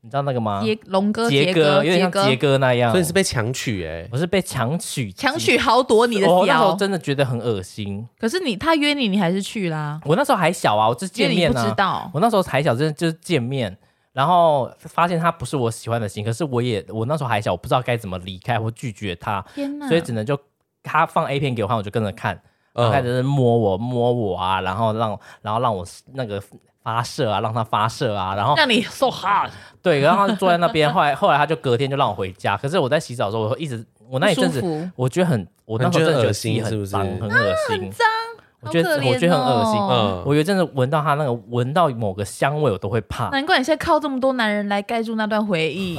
你知道那个吗？
杰龙哥，杰
杰哥，有点
杰
像杰
哥，
哥那样，
所以你是被强取哎。
我是被强取哦
强取豪夺你的
我那时候
屌。
真的觉得很恶心。
可是你他约你，你还是去啦，
我那时候还小啊，我是
因
见
为你
面
不
啊，
知道。
我那时候还小，真的就是见面，然后发现他不是我喜欢的型，可是我也我那时候还小，我不知道该怎么离开或拒绝他，
天哪！
所以只能就他放 A 片给我看，我就跟着看，
嗯
然后开始摸我摸我啊，然后让然后让我那个发射啊，让他发射啊，然后
让你 so hard，
对，然后他就坐在那边，后来后来他就隔天就让我回家，可是我在洗澡的时候，我会一直我那一阵
不舒
子
服啊
我觉得很，我那时候真的觉得自己
很觉得恶心是不
很脏，很恶心，
脏，
我觉得
好可怜哦哦
我觉得很恶心
嗯
我有一阵子闻到他那个闻到某个香味，我都会怕。
难怪你现在靠这么多男人来盖住那段回 忆。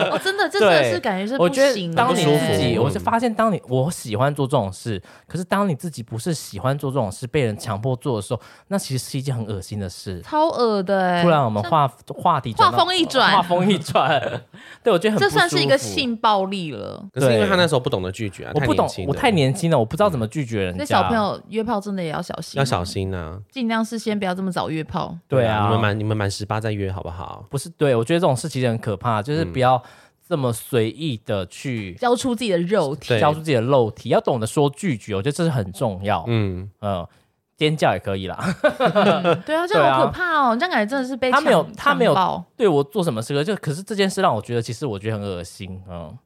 哦，真的，这真的
嗯对
是感觉是不
我觉
行
得
的，
当你
不舒服
自己，
嗯
我是发现当你我喜欢做这种事，可是当你自己不是喜欢做这种事，被人强迫做的时候，那其实是一件很恶心的事。
超恶的哎。
突然我们话话题转到
话锋一转
话锋一 转，对我觉得很
这
不
算是一个
舒服
性暴力了。
可是因为
对
他那时候不懂得拒绝啊，
我不懂
年轻，了
我太年轻了，我不知道怎么拒绝人家。
那小朋友约炮真的也要小心，
要小心啊。
尽量是先不要这么早约炮。
对
你们
啊，
满你们满十八再约好不好？
不是对，我觉得这种事其实很可怕，就是不要这么随意的去
交出自己的肉体，
对
交出自己的肉体，要懂得说拒绝，我觉得这是很重要。嗯
嗯，
尖叫也可以啦。
嗯对啊，这样好可怕哦！这样感觉真的是被
他没有
强
他没有
强暴
对我做什么事，就可是这件事让我觉得，其实我觉得很恶心。嗯，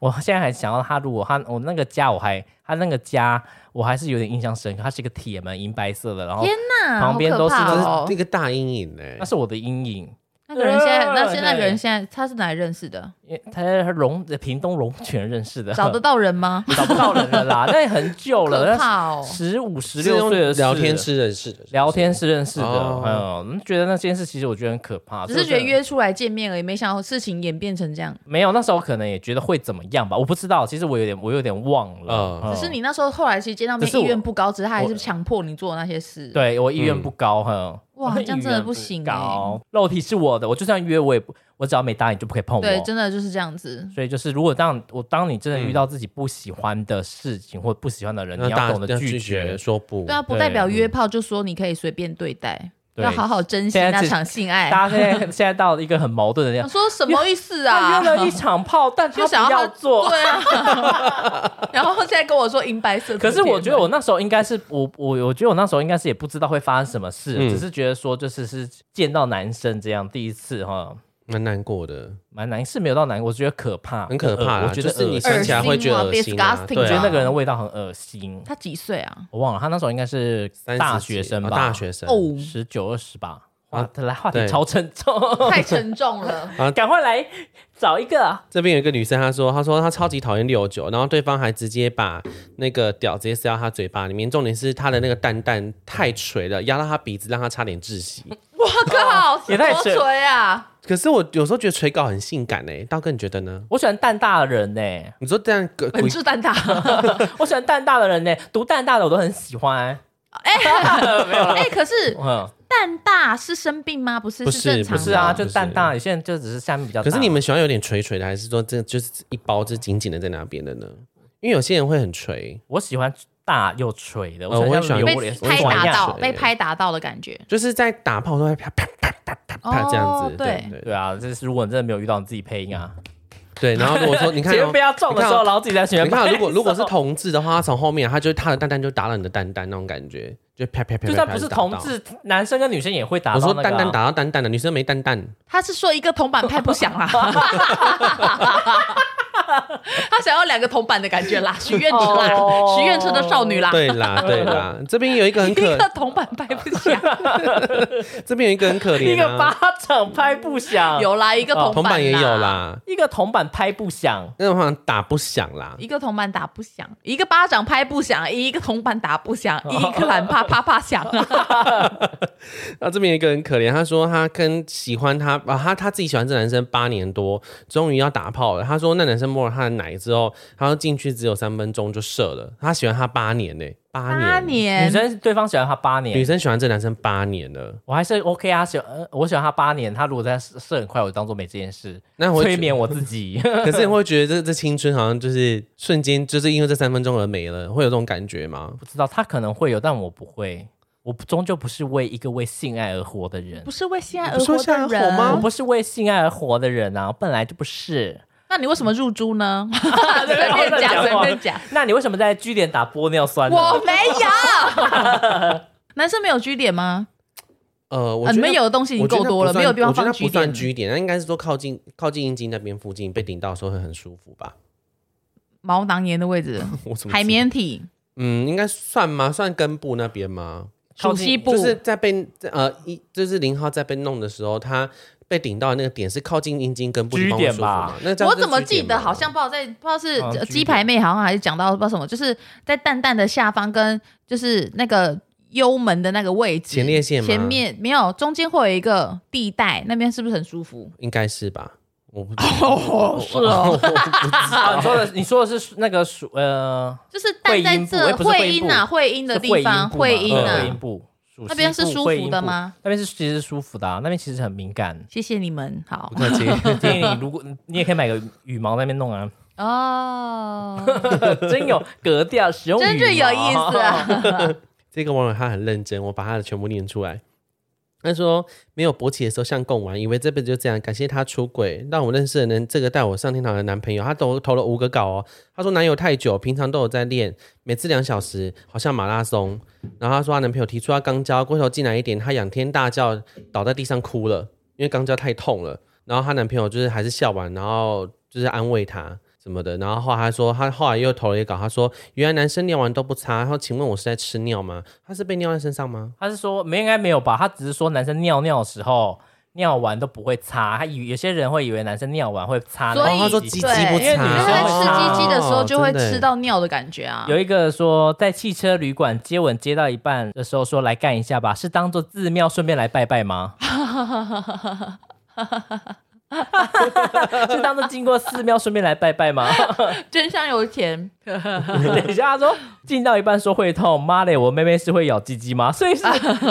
我现在还想到他，如果他我那个家，我还他那个家，我还是有点印象深刻。它是一个铁门，银白色的，然后
天哪，
旁边都是
好
这
可
是
怕哦
那个大阴影呢。
那是我的阴影。
那个人现在，
呃
那现在那个人
对
现在他是哪里认识的？
因为他在龙屏东龙泉认识的，
找得到人吗？
找不到人 了啦，那也很久了，
可
那
怕哦！
十五十
是
六
用
岁的事
聊天室认识的，
聊天室认识的，
哦
嗯，觉得那件事其实我觉得很可怕，
只是觉得
啊这个
约出来见面而已，没想到事情演变成这样。
没有，那时候可能也觉得会怎么样吧，我不知道，其实我有点我有点忘了
嗯，
嗯
只是你那时候后来其实见到面
只是我
意愿不高，只是他还是
我
强迫你做那些事。，
对我意愿不高哈，嗯
哇
我
这样真的
意愿
不行欸
高，肉体是我的，我就算约我也不，我只要没答应就不可以碰我，
对，真的就是这样子。
所以就是，如果当我当你真的遇到自己不喜欢的事情或不喜欢的人，
嗯那
你要
大
懂得
要
拒
拒绝
绝。
说不
对，啊，不
对
代表约炮就说你可以随便对待，
对
要好好珍惜
现在
那
是
场性爱。
大家现在现在到了一个很矛盾的地
我
方，
说什么意思
他
啊？
约了一场炮，但他
就想
不
要
要
他
做。
对啊， 然后现在跟我说银白色的
可
铁门，
是我觉得我那时候应该是我我我觉得我那时候应该是也不知道会发生什么事，
嗯
只是觉得说就是是见到男生这样第一次哈，
蛮难过的，呃
蛮难是没有到难，我觉得可怕，
很可怕
恶
啦。
我觉
就
得
是你
恶心
想起来会觉得恶啊心啊，
恶心啊
对
我觉得那
啊，
个人的味道很恶心，
他几岁啊？
我忘了他那时候应该是
30
大学生吧，
哦大学生
哦，
十九二十吧。
啊
哇，来话题
对
超沉 重，
哦太沉重 了。
赶快来找一个。
这边有一个女生，她说，她说她超级讨厌六九，然后对方还直接把那个屌直接塞到她嘴巴里面，重点是她的那个蛋蛋太垂了，压到她鼻子，让她差点窒息。
我靠，
也太扯
什么锤啊！
可是我有时候觉得垂稿很性感诶、道哥你觉得呢？
我喜欢蛋大的人呢、
你说这样鬼
本质蛋大，
我喜欢蛋大的人呢、读蛋大的我都很喜欢。
哎，可是
嗯，
蛋大是生病吗？不是，
不
是
是
正
不
常
是
的
啊，
不哦是
就蛋大，有些人就只是下面比较大。
可是你们喜欢有点垂垂的，还是说这就是一包就紧紧的在那边的呢？因为有些人会很垂，
我喜欢大又垂的，
呃我也
我
喜欢有
榴
被
莲
我也
拍
喜欢
打
这样
到，
子
被拍打到的感觉。
就是在打炮都会啪啪啪啪啪啪这样子，
哦
对
对
对
对啊，就是如果你真的没有遇到，你自己配音啊。
对。然后如果说你 看
前面
哦，
不要中的时
你看
候，
哦
然后自己在前面
你看
拍
哦，
手。
如果如 果是同志的话，他从后面他就他的蛋蛋就打到你的蛋蛋那种感觉，就啪啪啪啪。
就算不是
啪啪
同
打到，
志，男生跟女生也会打
我
到
说
那个啊。
蛋蛋打到蛋蛋了，女生没蛋蛋，
他是说一个铜板拍不啊响啦，他想要两个铜板的感觉啦，许愿池啦，
哦
许愿池的少女啦，
对啦对啦。这边有一个很
一
可，
个铜板拍不 响，
这边有一个很可
一
怜
个
啊，
巴掌拍不响，
有啦，一个
哦铜
板
板也有
啦。
啦，
一个铜板拍不响，
那种好像打不响啦。
一个铜板打不响，一个巴掌拍不响，一个铜板打不
哦
响，一个懒啪啪啪响啊！
那这边有一个很可怜，他说他跟喜欢他啊，他他自己喜欢这男生八年多，终于要打炮了。他说那男生摸了他的奶之后，他说进去只有三分钟就射了。他喜欢他八年呢、八年。
八
女
年，
生对方喜欢他八
女
年，
生喜欢这男生八年了，
我还是 OK 啊，喜呃我喜欢他八年，他如果在射射很快，我当做没这件事，
那我会
催眠我自己。
可是你会觉得这这青春好像就是瞬间就是因为这三分钟而没了，会有这种感觉吗？
不知道他可能会有，但我不会，我不终究不是为一个为性爱而活的人
不，是啊为性爱而
你不是为
活
性爱而
的
活
人
吗
我不是为性爱而活的人啊，我本来就不是。
那你为什么入 猪呢？随便讲，随便讲，
那你为什么在据点打玻尿酸 呢？
我没有。 男生没有居点吗？
呃，我
啊
觉
你
得
们有的东西已
我
经
觉得
够多了，
不算
没有地方
我觉得
放
不
居
算
点。
居点，那应该是说靠近靠近阴茎那边附近被顶到的时候会很舒服吧？
毛囊炎的位置，
我 怎么知
海绵体、
嗯，应该算吗？算根部那边吗？
靠
属
近
西部，
就是在被呃一就是林浩在被弄的时候，他被顶到的那个点是靠近阴茎根部地方会舒服吗
居点吧？
那这样
我
是
怎么
居
记
点啊
得
吗
好像不知道在不知道是
好像
呃
据
鸡排妹，好像还是讲到不知道什么，就是在蛋蛋的下方跟就是那个幽门的那个位置
前列腺吗
前面没有，中间会有一个地带，那边是不是很舒服？
应该是吧？我不
哦是哦，
我不
啊，你说的你说的是那个属呃
就是蛋在
会阴部哎
这
不是会阴部
阴啊，会阴的地方，
是
会
会
阴
阴部
嗯
嘛对会
啊
阴。部，属西部
那边是舒服的吗？。
会阴部那边是其实是舒服的啊，那边其实很敏感
谢谢你们，好
不客 气
建议你如果你也可以买个羽毛在那边弄啊，
哦，
真有格调，使用
真是有
羽毛
意思。 啊！
这个网友他很认真，我把他的全部念出来。他说没有勃起的时候像贡丸，以为这辈子就这样。感谢他出轨，让我认识的人这个带我上天堂的男朋友，他投投了五个稿哦。他说男友太久，平常都有在练，每次两小时，好像马拉松。然后他说她男朋友提出要肛交，龟头进来一点，她仰天大叫，倒在地上哭了，因为肛交太痛了。然后她男朋友就是还是笑完，然后就是安慰她什么的。然后后来她说，她后来又投了一稿，她说原来男生尿完都不擦。她说请问我是在吃尿吗？她是被尿在身上吗？
他是说没应该没有吧？他只是说男生尿尿的时候尿完都不会擦，他以有些人会以为男生尿完会擦那
所
个
以
哦，她
鸡
说
鸡，
鸡鸡
对
不
因为
擦。
女
就是
生
在
会
吃鸡鸡的时候就会
哦真的耶
吃到尿的感觉啊。
有一个说，在汽车旅馆接吻接到一半的时候说来干一下吧，是当做寺庙顺便来拜拜吗？ 是当做经过寺庙顺便来拜拜吗？
真香油钱，
等一下，他说进到一半说会痛，妈嘞，我妹妹是会咬鸡鸡吗？所 以是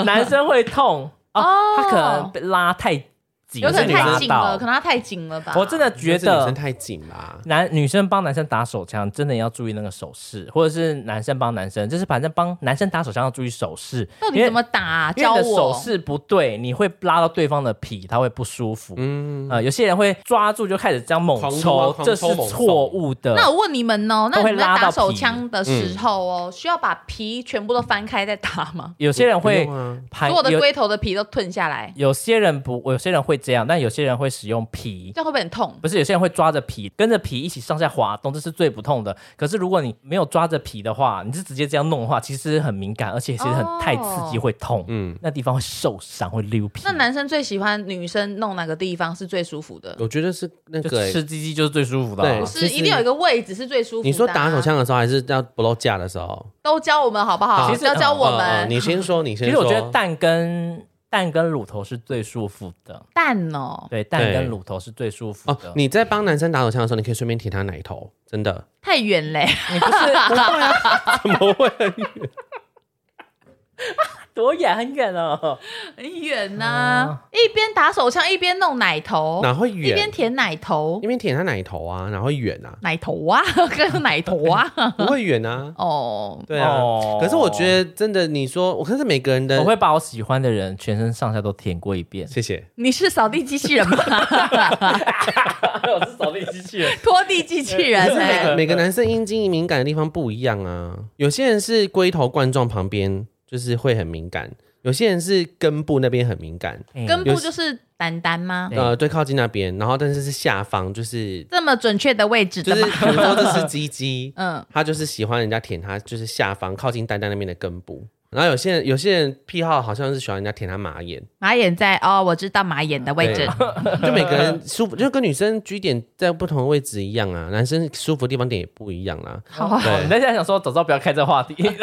男生会痛哦，
哦
他可能被拉太紧，
有可能
被拉
太紧
到
了，可能它太紧了吧？
我真的觉
是女
得
生太紧啦。
男女生帮男生打手枪，真的要注意那个手势，或者是男生帮男生，就是反正帮男生打手枪要注意手势。
到底怎么打啊、
因为？
教
因为你的手
我。
势不对，你会拉到对方的皮，他会不舒服。嗯，呃，有些人会抓住就开始这样猛
狂抽啊
抽，
狂抽
这是
猛送
错误的。
那我问你们哦，那
都
你
会
们在
拉
打
到
手
皮嗯
枪的时候哦，需要把皮全部都翻开再打吗？
有些人会
不用啊
盘
嗯所有的
有
龟头的皮都吞下来，
有些人不，有些人会这样，但有些人会使用皮
这。样会不会很痛？
不是有些人会抓着皮，跟着皮一起上下滑动，这是最不痛的。可是如果你没有抓着皮的话，你是直接这样弄的话，其实很敏感，而且其实很、
哦
太刺激会痛，嗯，那地方会受伤，会溜皮。
那男生最喜欢女生弄哪个地方是最舒服的？
我觉得是那
就
个欸、
吃鸡鸡就是最舒服的、啊
对，
是
其
一
实
定有一个位置是最舒服的啊、
你说打手枪的时候，还是要 blow 架的时候？
哦
都教我们好不好？
其实哦
要教我们、
嗯嗯你先说，你先
其
说。
实我觉得蛋跟蛋跟乳头是最舒服的，
蛋哦，
对，蛋
对
跟乳头是最舒服
哦
的。，
你在帮男生打手枪的时候，你可以顺便舔他奶头，真的。
太远嘞，
你不是 哦
怎么 会？
多远很远哦，
很远
嗯
呐、一边打手枪一边弄奶
哦
头，
哪会
一边
远？
舔奶头
一，边舔他奶头啊，哪会远 啊？
奶头啊， 跟奶头啊，。
不会远啊
哦，
对啊。
哦
可是我觉得真的，你说我看是每个人的，，
我会把我喜欢的人全身上下都舔过一遍
谢谢。
你是扫地机器人 吗？
我是扫地机 器人。
拖地机器人、
可是每
欸，
个每个男生阴茎敏感的地方不一样啊，有些人是龟头冠状旁边就是会很敏感，有些人是根部那边很敏感，
哎
根部就是蛋蛋吗？
对
呃，最靠近那边，然后但是是下方，就是
这么准确的位置
就
的
是
吗？，
比如说这是鸡鸡
嗯，
他就是喜欢人家舔他，就是下方靠近蛋蛋那边的根部。然后有些人有些人癖好好像是喜欢人家舔他马眼，
马眼在哦，我知道马眼的位置
对。就每个人舒服，就跟女生居点在不同的位置一样啊，男生舒服的地方点也不一样啦、
好啊，
哦你在想说，早知道不要开这话 题。
很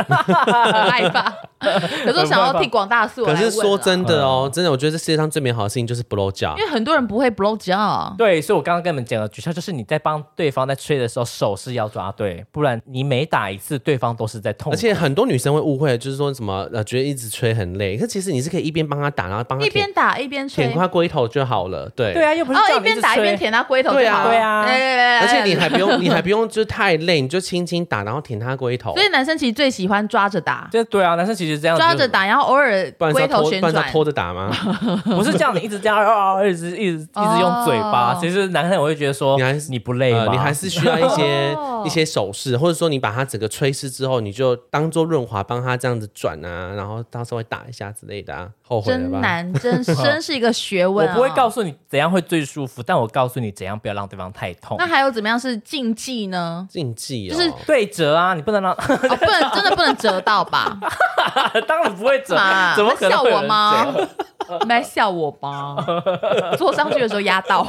害怕。可是我想要替广大素
可是说真
的，
的哦，真的，我觉得这世界上最美好的事情就是 blow job
因。为很多人不会 blow job，
对，所以我刚刚跟你们讲的诀窍就是，你在帮对方在吹的时候，手势要抓对，不然你每打一次，对方都是在痛苦。
而且很多女生会误会，就是说什么呃，觉得一直吹很累，可其实你是可以一边帮她打，然后帮她
一
舔
边打一边吹
舔，她龟头就好了。对，
对啊，又不是
哦
叫，
一
你直
边打一
吹
边。舔他龟头
对
就
啊
好了。
对啊
来，来来来
而且你
来
还不用，你还不用就是太累，你就轻轻打，然后舔她龟头
所。以男生其实最喜欢抓着打，
就对啊，男生其实这样子
抓着，打，然后偶尔
不然是
龟
要
头
拖，
旋
不然是
转
要。拖着打吗？
不是这样，你一直这样啊，啊一直一直一直用嘴巴
哦。
其实男生我会觉得说，
你还是
你不累
呃，
吗？
你还是需要一些
哦
一些手势，或者说你把它整个吹湿之后，你就当做润滑，帮它这样子转啊，然后到稍微打一下之类的啊。后悔了
真
吧？
难，真真是一个学
我
问、啊。
不会告诉你怎样会最舒服，但我告诉你怎样不要让对方太痛
那。还有怎么样是禁忌 呢？
禁忌哦，
就是
对折啊，你不能让，
哦，不能真的不能折到吧？
当然不会折
嘛，，
怎么可能
笑
会有
我
人
吗
折？？
你们在笑我 吧？坐上去的时候压到，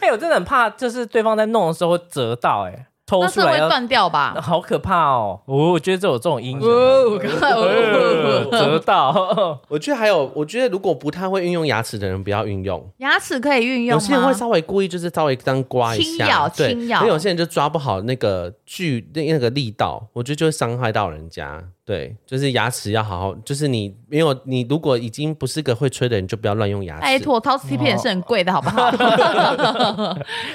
哎、我真的很怕，就是对方在弄的时候会折到、哎，抽
那是
出来
会
要，
断掉吧？
好可怕哦！我我觉得这有这种阴影、
哦，
呃折到，
我觉得还有，我觉得如果不太会运用牙齿的人，不要运用。
牙齿可以运
有
用吗？
些人会稍微故意就是稍微这样刮一
轻咬
下，对，
轻咬
那有些人就抓不好那个距那那个力道，我觉得就会伤害到人家。对，就是牙齿要好好，就是你没有你如果已经不是个会吹的人，就不要乱用牙齿。
拜托，陶瓷贴片也是很贵的，好不 好？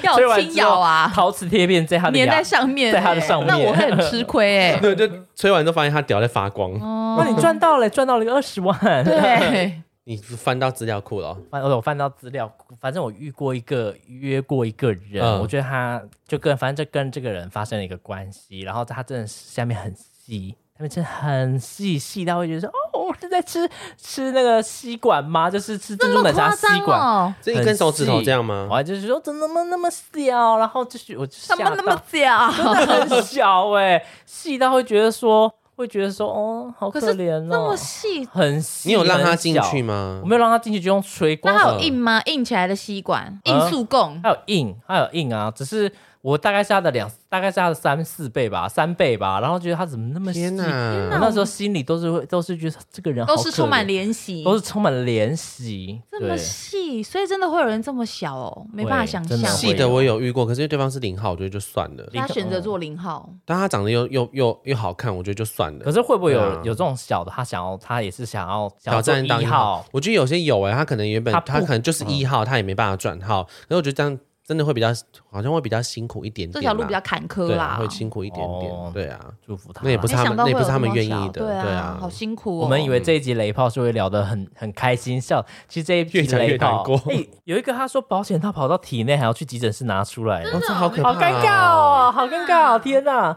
要
吹
有
完
轻
之后
咬啊，
陶瓷贴片在他的
粘
牙
在，上面，欸
在它的上面
那我会很吃亏 哎。
对，就吹完之后发现它屌在发光，
哇，哦你赚到了，赚到了一个二十万。
对，
你翻到资料库了哦。
反我有翻到资料，反正我遇过一个约过一个人，
嗯
我觉得他就跟反正就跟这个人发生了一个关系，然后他真的是下面很细，下面真的很细细到会觉得说，哦，我是在吃吃那个吸管吗？就是吃珍
那
珠
么
奶茶
夸
吸
张
管。
哦，
这一根手指头这样吗
我？还就是说怎么那么小，然后就是我就
怎么
吓
那么
到
假？
真的很小哎、细到会觉得说会觉得说哦好
可
可
是
怜哦，
那么细，
很细，
你有让它进
很小
去？吗
我？没有让他进去，就用吹光
那还有
手
硬吗？硬起来的吸管，硬
啊
速供。
还有硬，还有硬啊！只是我大概是他的两，大概是他的三四倍吧，三倍吧。然后觉得他怎么那么细？
天
我
哪！
那时候心里都是会，都是觉得这个人好
都是充满
可怜，
怜惜，
都是充满怜惜。
这么
对，
细，所以真的会有人这么小哦，没办法想象
真。
细的我有遇过，可是因为对方是零号，我觉得就算了。
他选择做零号，
但他长得又又又又好看，我觉得就算了。
可是会不会有、
对啊
有这种小的，他想要，他也是想要
挑
想要做
战当
一
一
号
号，，我觉得有些有哎、他可能原本
他
他
不嗯
可能就是一号，他也没办法转号。可是我觉得这样真的会比较，好像会比较辛苦一点
这
点啦。
条路比较坎坷
对
啦
啊，。会辛苦一点
哦
点。对啊，
祝福他啦。
那也不
没
是他
想
们，那
到会
也不
有
是
这
他们
么
愿
小
意的。
对
啊，
好辛苦哦。
我们以为
嗯
这一集雷炮是会聊得很很开心笑，其实这一集
越讲越
雷炮
难过，
哎、有一个他说保险套跑到体内还要去急诊室拿出来，
哦，这好可怕、
好
哦，
尴尬哦，好尴尬哦，天哪！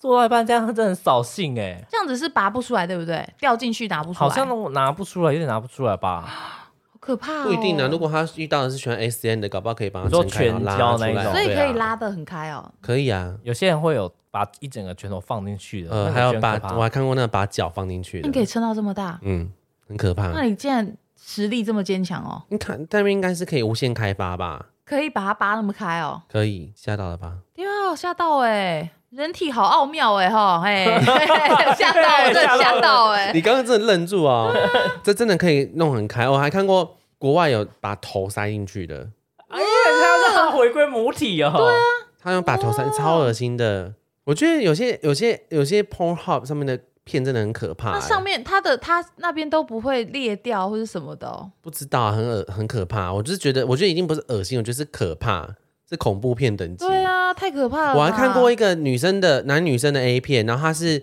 做到一半这样真的很扫兴哎，
这样子是拔不出来，对不对？掉进去拿不出来，
好像我拿不出来，有点拿不出来吧？
好可怕。哦
不一定啊，如果他遇到的是喜欢 S N 的，搞不好可以帮他
你说
撑开然后拉他
全交
出
那一
来
种
所以
对
可以
啊
拉得很开哦。
可以啊。
有些人会有把一整个拳头放进去的，
呃，
那
还
个
有
觉得
把
很可怕
我还看过那个把脚放进去
那你可以
的，
撑到这么大，
啊嗯，很可
那
怕。
你竟然实力这么坚强哦，
你看那边应该是可以无限开发吧？
可以把它拔那么开哦。
可以，吓到了吧？
天啊，吓到哎！人体好奥妙哎哈， 嘿， 吓到，我真的吓到哎！
你刚刚真的愣住啊、哦！这真的可以弄很开，我还看过国外有把头塞进去的，
哎呀，他让他回归母体哦，对啊，
他用把头塞，超恶心的。我觉得有些、有些、有些 Pornhub 上面的片真的很可怕、
那上面它的它那边都不会裂掉或是什么的哦。
不知道，很恶很可怕。我就是觉得，我觉得已经不是恶心，我觉得是可怕，是恐怖片等级。
对啊，太可怕了吧。
我还看过一个女生的男女生的 A 片，然后他是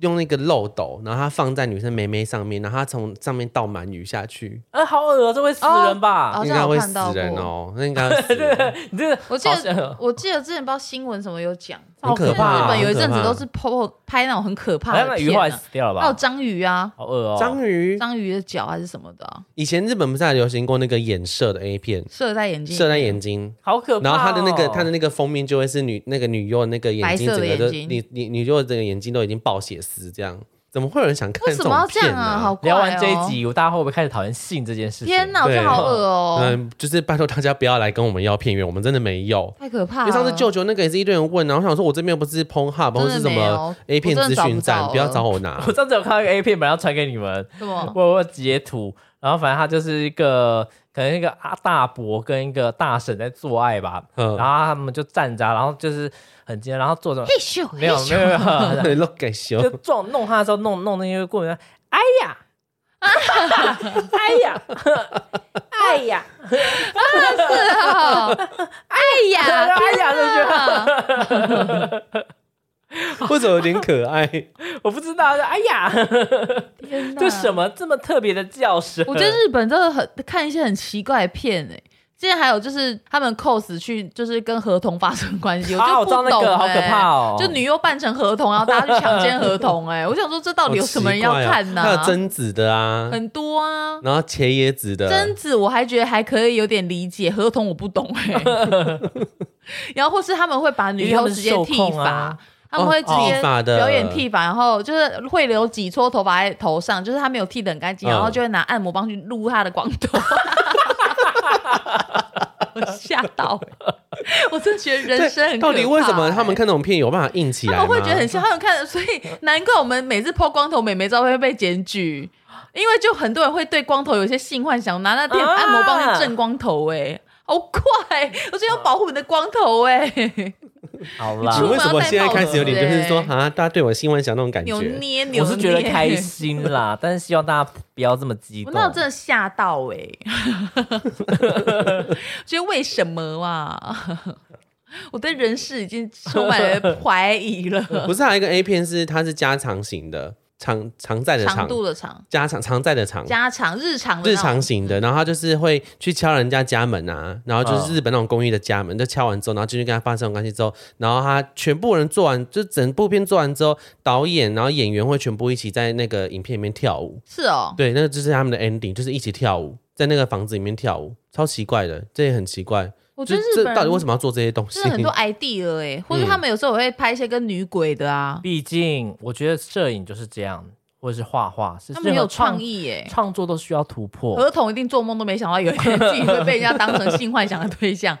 用那个漏斗，然后他放在女生妹妹上面，然后他从上面倒鳗鱼下去，
啊，好恶哦，这会死人吧？
好
应
像
该
有
会
看
死
到
人
过。
哦，那应该会死 人
你这个
我记
好像
得我记得之前不知道新闻什么有讲，
很可怕
日
啊，
本有一
很可
阵子
怕啊
都是 po 拍那种很可怕
好像
的
那
片
鱼后来
啊，
死掉了
还有
吧？
章鱼啊，
好恶哦，
章鱼。
章鱼的脚还是什么的啊，
以前日本不是还流行过那个眼射的 A 片，
射在眼睛，
射在眼睛。
好可怕哦。
然后他的那个他的那个封面就会是女那个女优的那个眼睛
白色
整
的
个都
眼睛
女女女优的整个眼睛都已经爆血丝这样，怎么会有人想看
为
这
什
种
么要这
片
样
呢、
啊？好怪
聊
哦
完这一，集，大家会不会开始讨厌性这件事情？
天哪，我觉得
对
好恶哦，
嗯，就是拜托大家不要来跟我们要片源，我们真的没有。
太可
因
怕了。
为上次舅舅那个也是一堆人问，然啊后我想说，我这边又不是 p o n h u b
真
或
的
是什
没
么
有
A 片
我真
资
的找不
讯站，
到
不要
了
找我拿
我。上次有看到一个 A 片，本来要传给你们，
什么？
我我截图，然后反正他就是一个可能一个阿大伯跟一个大婶在做爱吧，
嗯
然后他们就站着啊，然后就是很近，然后做什么
嘿？咻，
没有
嘿咻
没有没有，
对，look 给修
就，撞弄他的时候弄弄那个过程，哎呀，哎呀，哎呀，
是啊，哎 呀，
哎呀，这句话
啊
为什么有点可爱？
我不知道，哎呀，
天哪
这什？么这么特别的叫声？
我觉得日本真的很看一些很奇怪的片哎、之前还有就是他们 cos 去就是跟合同发生关系，
啊
我就
我
不
知道那
懂、
个
欸
好可怕哦
就女优扮成合同，然后大家去强奸合同、哎，我想说这到底有什么人要看呢、
哦还有贞子的啊，
很多啊，
然后茄野子的，
贞子我还觉得还可以有点理解，合同我不懂哎、 然后或是他们会把女
因为他
优
们
直接
受
剃
控
发，
啊
他们会直接
哦剃发的
表演剃发，然后就是会留几撮头发在头上，就是他没有剃得很干净，
嗯
然后就会拿按摩棒去撸他的光 头。我吓到、欸，我真的觉得人生很可怕、
到底为什么他们
欸
看那种片有办法硬起来
他
吗？
们会觉得很像他们看的， 所以难怪我们每次抛光头美眉照片会被检举，因为就很多人会对光头有一些性幻想，拿那电
啊
按摩棒去震光头、哎、好快、我觉得要保护你的光头、
啊
哎，
好啦，
你出
你
门
为什么现在开始有点就是说
出门要戴帽子
啊，大家对我新闻想那种感
扭
觉？
捏扭捏，
我是觉得开。心啦， 但是希望大家不要这么激
我
动。
那我真的吓到哎、 觉得为什么啊？我对人事已经充满了怀疑 了。
不是还有啊一个 A 片是它是加长型的，常常在的
长
长，
度的长，
加长常在的长，
家常日常的
日
那种
常型的，然后他就是会去敲人家家门啊，然后就是日本那种公寓的家门，就敲完之后，然后进去跟他发生关系之后，然后他全部人做完，就整部片做完之后，导演然后演员会全部一起在那个影片里面跳舞，
是哦，
对，那个就是他们的 ending，就是一起跳舞，在那个房子里面跳舞，超奇怪的，这也很奇怪。
我觉
就
得日
这
本人
到底为什么要做这些东西
真？的很多 idea 哎、
嗯
欸，或者他们有时候也会拍一些跟女鬼的啊，
毕竟我觉得摄影就是这样，或者是画画，是
他们很有
任何创
创，意哎、欸。
创作都需要突破。
合同一定做梦都没想到有一天自己会被人家当成性幻想的对 象，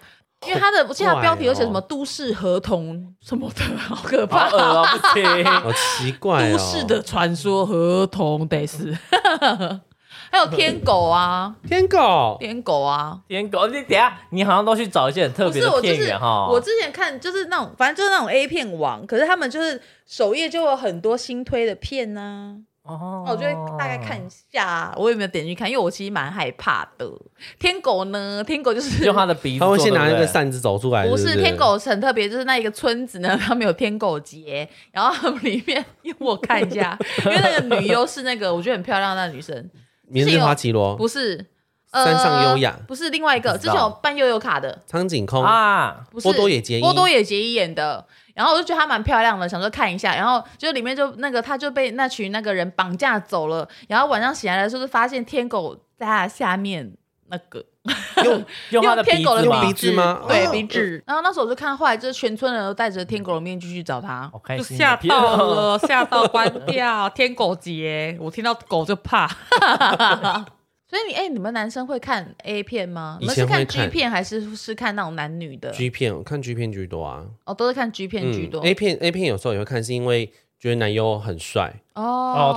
因为他的我记得他标题有写什么
怪哦
都市合同什么的，好可
好
怕。
恶哦，不行。
好奇怪哦，
都市的传说合同得是， 还有天狗 啊，
天 狗，
天狗啊，
舔狗，你等一下，你好像都去找一些很特
不
别
是
的
我就
片
是
源哈。
我之前看就是那种，反正就是那种 A 片网，可是他们就是首页就有很多新推的片啊呐、
哦
那我就会大概看一下，啊我有没有点进去看，因为我其实蛮害怕的。天狗呢？天狗就是
用他的鼻子
他
做，
会先拿那
对
个
不对
扇子走出来，
不
是
是天狗是很特别，就是那一个村子呢，他们有天狗节，然后他们里面，因为我看一下，因为那个女优是那个我觉得很漂亮的那女生，
明日花绮罗，
不是。
山上优雅
呃，不是另外一个，
不
之
知道
前有办悠悠卡的，
苍井空，
啊，
不是
波多野结衣
波多野结衣演的。然后我就觉得她蛮漂亮的，想说看一下。然后就里面就那个，她就被那群那个人绑架走了。然后晚上醒来的时候，就发现天狗在她下面那个
用
用他的
天
鼻
狗的
子
用
嘛
鼻。子吗？
对
啊
鼻子。然后那时候我就看，后来就是全村人都戴着天狗的面具去找她
哦
好，开
就
心啊
吓到了，吓到关掉天狗节，我听到狗就怕。所以你哎、你们男生会看 A 片吗？你们是
以前会看
G 片还是是看那种男女的？
G 片，我看 G 片居多啊，嗯
哦，都是看 G 片居多。
A 片 A 片有时候也会看，是因为觉得男优很帅。
哦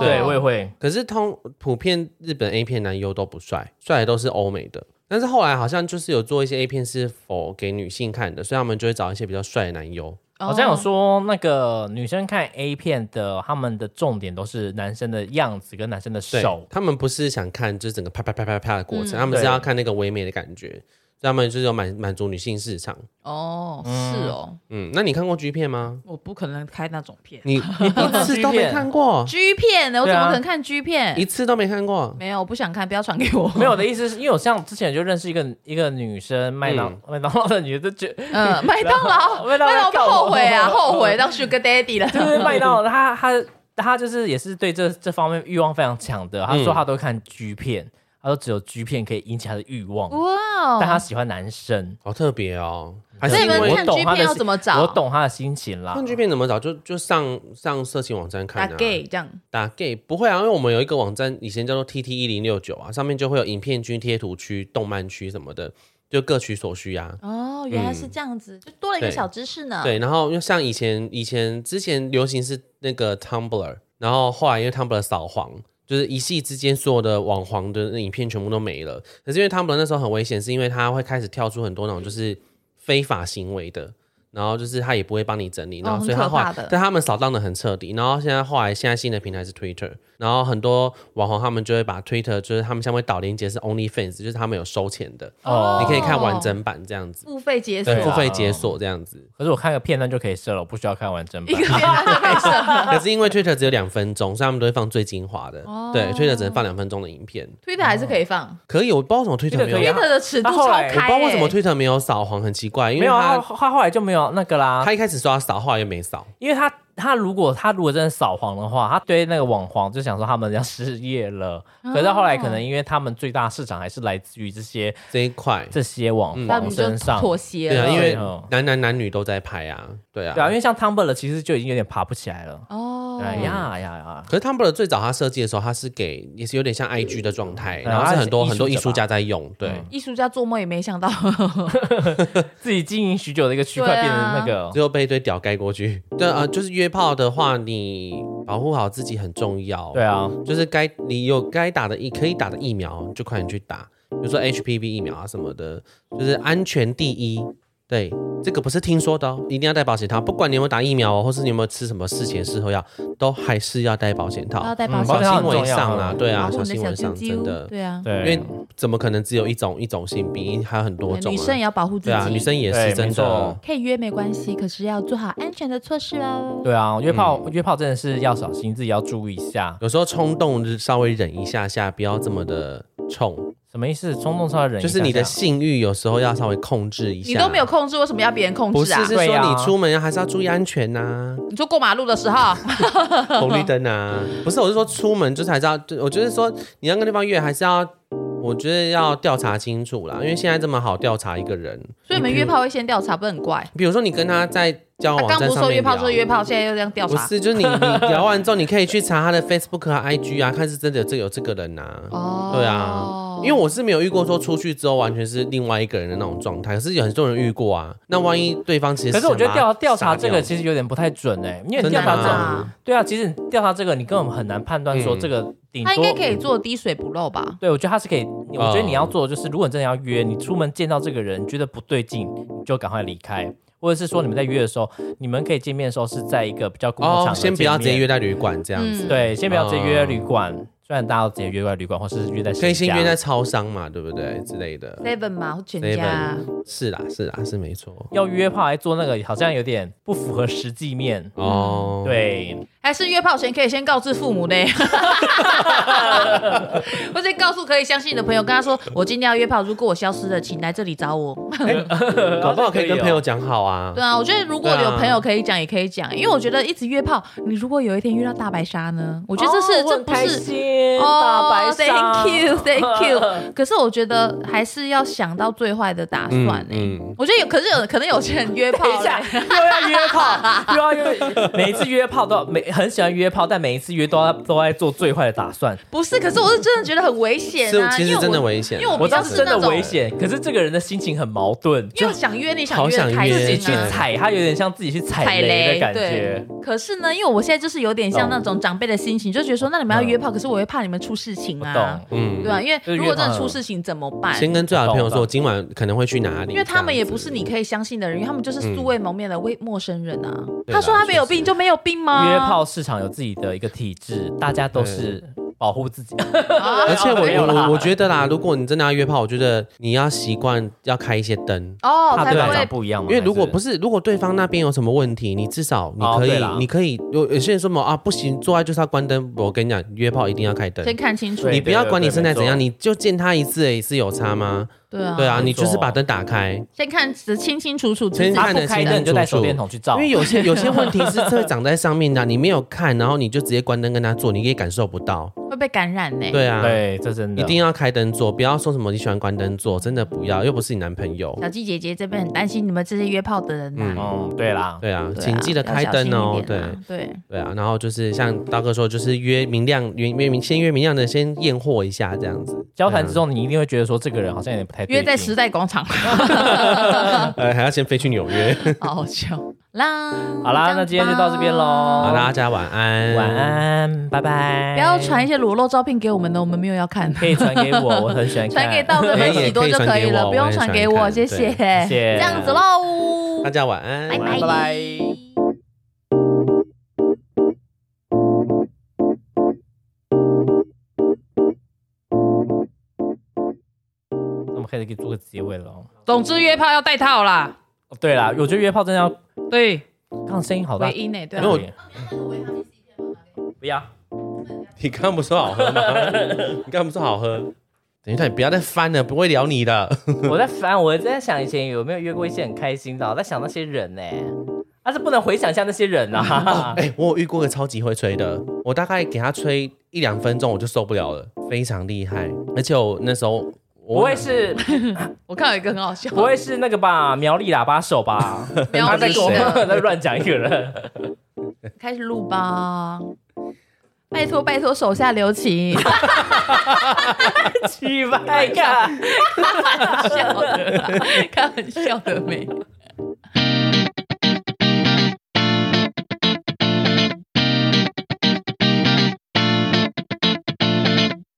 哦，对，我也会。
可是通普遍日本 A 片男优都不帅，帅的都是欧美的。但是后来好像就是有做一些 A 片是否给女性看的，所以他们就会找一些比较帅的男优。
哦
好像有说那个女生看 A 片的，他们的重点都是男生的样子跟男生的
对
手，。
他们不是想看就是整个啪啪啪啪啪的过程，
嗯
他们是
对
要看那个唯美的感觉，所以他们就是有满满足女性市场。
哦，是哦，
嗯，那你看过 G 片吗？
我不可能开那种片
你你一次都没看过，
G 片呢，我
对
怎
啊
么可能看 G 片
一？次都没看过。
没有，我不想看，不要传给我。
没有我，的意思是，因为我像之前就认识一个一个女生，麦当麦当劳的女的，就
嗯，麦当劳，
麦
麦
当劳
当劳不后悔 啊，
干嘛
后悔当 Sugar Daddy
就是
了。
麦当劳，他他他就是也是对这这方面欲望非常强的。他说他都看 G 片，他说只有 G 片可以引起他的欲望，
哇
但他
哦，
喜欢男生。
好特别哦，还
所
是
以你
因为
们
我
看
懂
G
他的
片要
心
怎么找？
我懂他的心情啦
看。G 片怎么找？就就上上色情网站看、
打
啊。
gay 这样。
打 gay 不会啊，因为我们有一个网站，以前叫做 TT 一零六九啊，上面就会有影片区、贴图区、动漫区什么的，就各取所需啊。
哦，原来是这样子，就多了一个
对
小知识呢。
对，然后因为像以前以前之前流行是那个 Tumblr，然后后来因为 Tumblr 扫黄，就是一夕之间所有的网黄的影片全部都没了。可是因为 Tumblr 那时候很危险，是因为它会开始跳出很多那种就是非法行为的。然后就是他也不会帮你整理，然后
哦
所以他后来，
很可怕的
但他们扫荡的很彻底。然后现在后来现在新的平台是 Twitter，然后很多网红他们就会把 Twitter 就是他们下面会导链接是 OnlyFans，就是他们有收钱的，
哦
你可以看完整版这样子，
付费解锁
对，
对，啊
付费解锁这样子。
可是我看个片段就可以射了，我不需要看完整
一
版
个。月就可以
可
设。
是因为 Twitter 只有两分钟，所以他们都会放最精华的。
哦
对，Twitter 只能放两分钟的影片。
Twitter 还是可以放
可以，我不知道为什么 Twitter 没
Twitter 可
有
以啊
它，
，Twitter 的尺度
他后
超
来
开、
我
欸。
不知道为什么 Twitter 没有扫黄，很奇怪，因
没
为
有啊，
它
他他后来就没有那个啦，
它一开始刷扫，后来又没扫。
因为他他如果他如果真的扫黄的话，他对那个网黄就想说他们要失业了，
哦
可是后来可能因为他们最大市场还是来自于这些
这一块，
这些网
他
黄
们就
身上，
妥协
对
了，
啊，因为
对哦
男男男女都在拍啊，对啊，
对啊，因为像 Tumblr 其实就已经有点爬不起来了，
哦，
哎呀呀呀，
可是 Tumblr 最早它设计的时候，它是给也是有点像 IG 的状态，
嗯
然后是很多
它是
很多艺
艺术
术
家
家在用，对
嗯，
艺术家做梦也没想到，
自己经营许久的一个区块
对啊
变成那个，
最后被一堆屌盖过去。对啊，呃就是约炮的话，你保护好自己很重要。
对啊，
就是该你有该打的疫可以打的疫苗，你就快点去打，比如说 HPV 疫苗啊什么的，就是安全第一。对，这个不是听说的哦，一定要戴保险套，不管你有没有打疫苗哦，或是你有没有吃什么事前事后药，都还是要戴保险套。
要戴保
嗯
险
小
保险
套
套
心
很
为
重要
上啊，
啊
对啊，
啊保护
小
你
心
的小
为上，
啾
真的
啾，。对啊，
因
对
为，怎么可能只有一种一种性病？还有很多种、啊。
女生也要保护自
对啊，
己，
女生也
对
是
没
真的啊
错。
可以约没关
嗯
系，可是要做好安全的措施哦。
对啊，约炮约炮真的是要小心，自己要注意一下，
有时候冲动稍微忍一下下，不要这么的冲，
什么意思？冲动超人
就是你的性欲有时候要稍微控制一下。
你都没有控制，为什么要别人控
不是
制啊？
是
对
说
啊
你出门还是要注意安全 呐、
你说过马路的时 候，
红绿灯啊，不是，我是说出门就是还是要，就我觉得说你要跟对方约还是要，我觉得要调查清楚啦，因为现在这么好调查一个人，
所以你们约炮会先调查，不是很怪？
比如说你跟他在交
他
往
啊刚
网
不
站
是
上
说约
面
炮
聊
就是约炮，现在又这样调
不
查。
是，就是你你聊完之后，你可以去查他的 Facebook 和 IG 啊，看是真的有这有这个人呐、啊。
哦
对啊，因为我是没有遇过说出去之后完全是另外一个人的那种状态，可是有很多人遇过啊。那万一对方其实
可是我觉得
啊
调调查这个
实
其实有点不太准哎、因为
真
调
的
查这
吗
个，
啊
对啊，其实调查这个你根本很难判断说
嗯
这个顶
他应
多
该可以做滴水不漏吧？
对，我觉得他是可以。你我觉
哦
得你要做的就是，如果你真的要约，你出门见到这个人，你觉得不对劲，你就赶快离开，或者是说你们在约的时候，你们可以见面的时候是在一个比较公共
哦
场合，
先不要直接
见面
约，在旅馆这样子，
对，先不要直接
哦
约在旅馆。虽然大家都直接约在旅馆，或是约在
可以
谁
先
家
约在超商嘛，对不对之类的？
seven 嘛，或全家。
是啦，是啦，是没错。
要约炮来做那个，好像有点不符合实际面。
嗯
哦，，
对，
还是约炮前可以先告知父 母呢，或者告诉可以相信的朋友，跟他说我今天要约炮，如果我消失了，请来这里找我。
搞不好可以
这
跟
个
朋友讲好啊
对。啊，我觉得如果有朋友可以讲，也可以讲，因为我觉得一直约炮，你如果有一天遇到大白鲨呢，我觉得这是、
哦我
这
很
不
开
是。
心大白
哦、t h a
鲨
n k you，Thank you。可是我觉得还是要想到最坏的打算呢、
嗯，
我觉得有，可是有可能有些人约炮
等一下，
嘞，
又要约炮，又 要约，每一次约炮都要每很喜欢约炮，但每一次约都要都在做最坏的打算。
不是？可是我是真的觉得很危险啊，
是 其
因
实
为
真的
我
危险
因为我
我
比
知
较
道
是
是真的
那种
危，险，可是这个人的心情很矛盾，
因为想约你
好
想约
想
的开
约
自己
心
去
啊。
踩，他有点像自己去踩雷的感觉。
可是呢，因为我现在就是有点像那种长辈的心情，就觉得说，那你们要约炮，可是我会怕你们出事情
我
啊，
懂，
嗯
对啊，因
就是
为
约
如果真
炮
的出事情怎么办？
先跟最好的朋友
嗯我
说，
懂
我今晚可能会去哪里，
因为他们也不
这
是
样子
你可以相信的人，因为他们就是素未谋面的未陌生人啊。
对啦
他说他没有病就没有病吗？
约炮市场有自己的一个体制，大家都是保护自己。
啊，
而且我
没有
我
啦
我我觉得啦，如果你真的要约炮，我觉得你要习惯要开一些灯，
哦，
怕
才
对
不
方长
会
不一样嘛，
因为如果不
是
是，如果对方那边有什么问题，你至少你
哦
可
对
以，
啦
你可以有有些人说嘛啊不行，做爱就是要关灯。我跟你讲，约炮一定要开灯，
先看清楚
对。
你不要管你身材怎样，
对
你就见他一次而已，是有差吗？
对啊，
对啊，
没错
你就是把灯打开，
先看只清清楚楚，
先
只
他
看得
不开
清
灯，你就带手
楚
电筒去照
因为。 有些有些问题是会长在上面的，啊你没有看，然后你就直接关灯跟他做，你也感受不到。
会被感染呢。
对啊，
对，这真的
一定要开灯做，不要说什么你喜欢关灯做，真的不要，又不是你男朋友。
小纪姐姐这边很担心你们这些约炮的人呐。
嗯，对啦，
对啊，
对啊
请记得
要
开
小心
灯哦
一。
对
点啊对，
对啊，然后就是像刀哥说，就是约明亮，约约明先约明亮的，先验货一下这样子。
交谈之中你一定会觉得说这个人好像有点不太对
约在
劲
时代广场，
呃，还要先飞去纽约。
好好笑。啦。
好啦，那今天就到这边喽。
好，大，家晚安，
晚。安，拜拜。
不要传一些裸露照片给我们的，我们没有要看。
可以传给我，我很喜欢 看。
传给道哥
可
跟
以
喜多就
可以传给
以了，
我
不用
我也
传
想
给我，
看
谢
对
谢。
谢谢
这样子喽，
大家晚安，
拜
拜拜。那我们可以给做个结尾了哦。
总之约炮要带套啦，
哦对啦，我觉得约炮真的要，
对，
刚刚声音好大
回，音呢？对啊
没，有 不要。
你刚刚不说好喝吗？你刚刚不说好喝？等一下，你不要再翻了，不会聊你的。
我在翻，我在想以前有没有约过一些很开心的，我在想那些人呢、但是不能回想一下那些 人啊。
哎、
我有遇过个超级会吹的，
我大概给他吹一两分钟，我就受不了了，
非常厉害。
而且我那时候
不会是
我看到一个很好笑，
不会是那个吧？苗栗喇叭 手吧？
苗
他在
栗
跟我
的
在乱讲一个人。
开始录吧。拜托拜托，手下留 情，
七百个。
开玩笑的啦，开玩笑的没。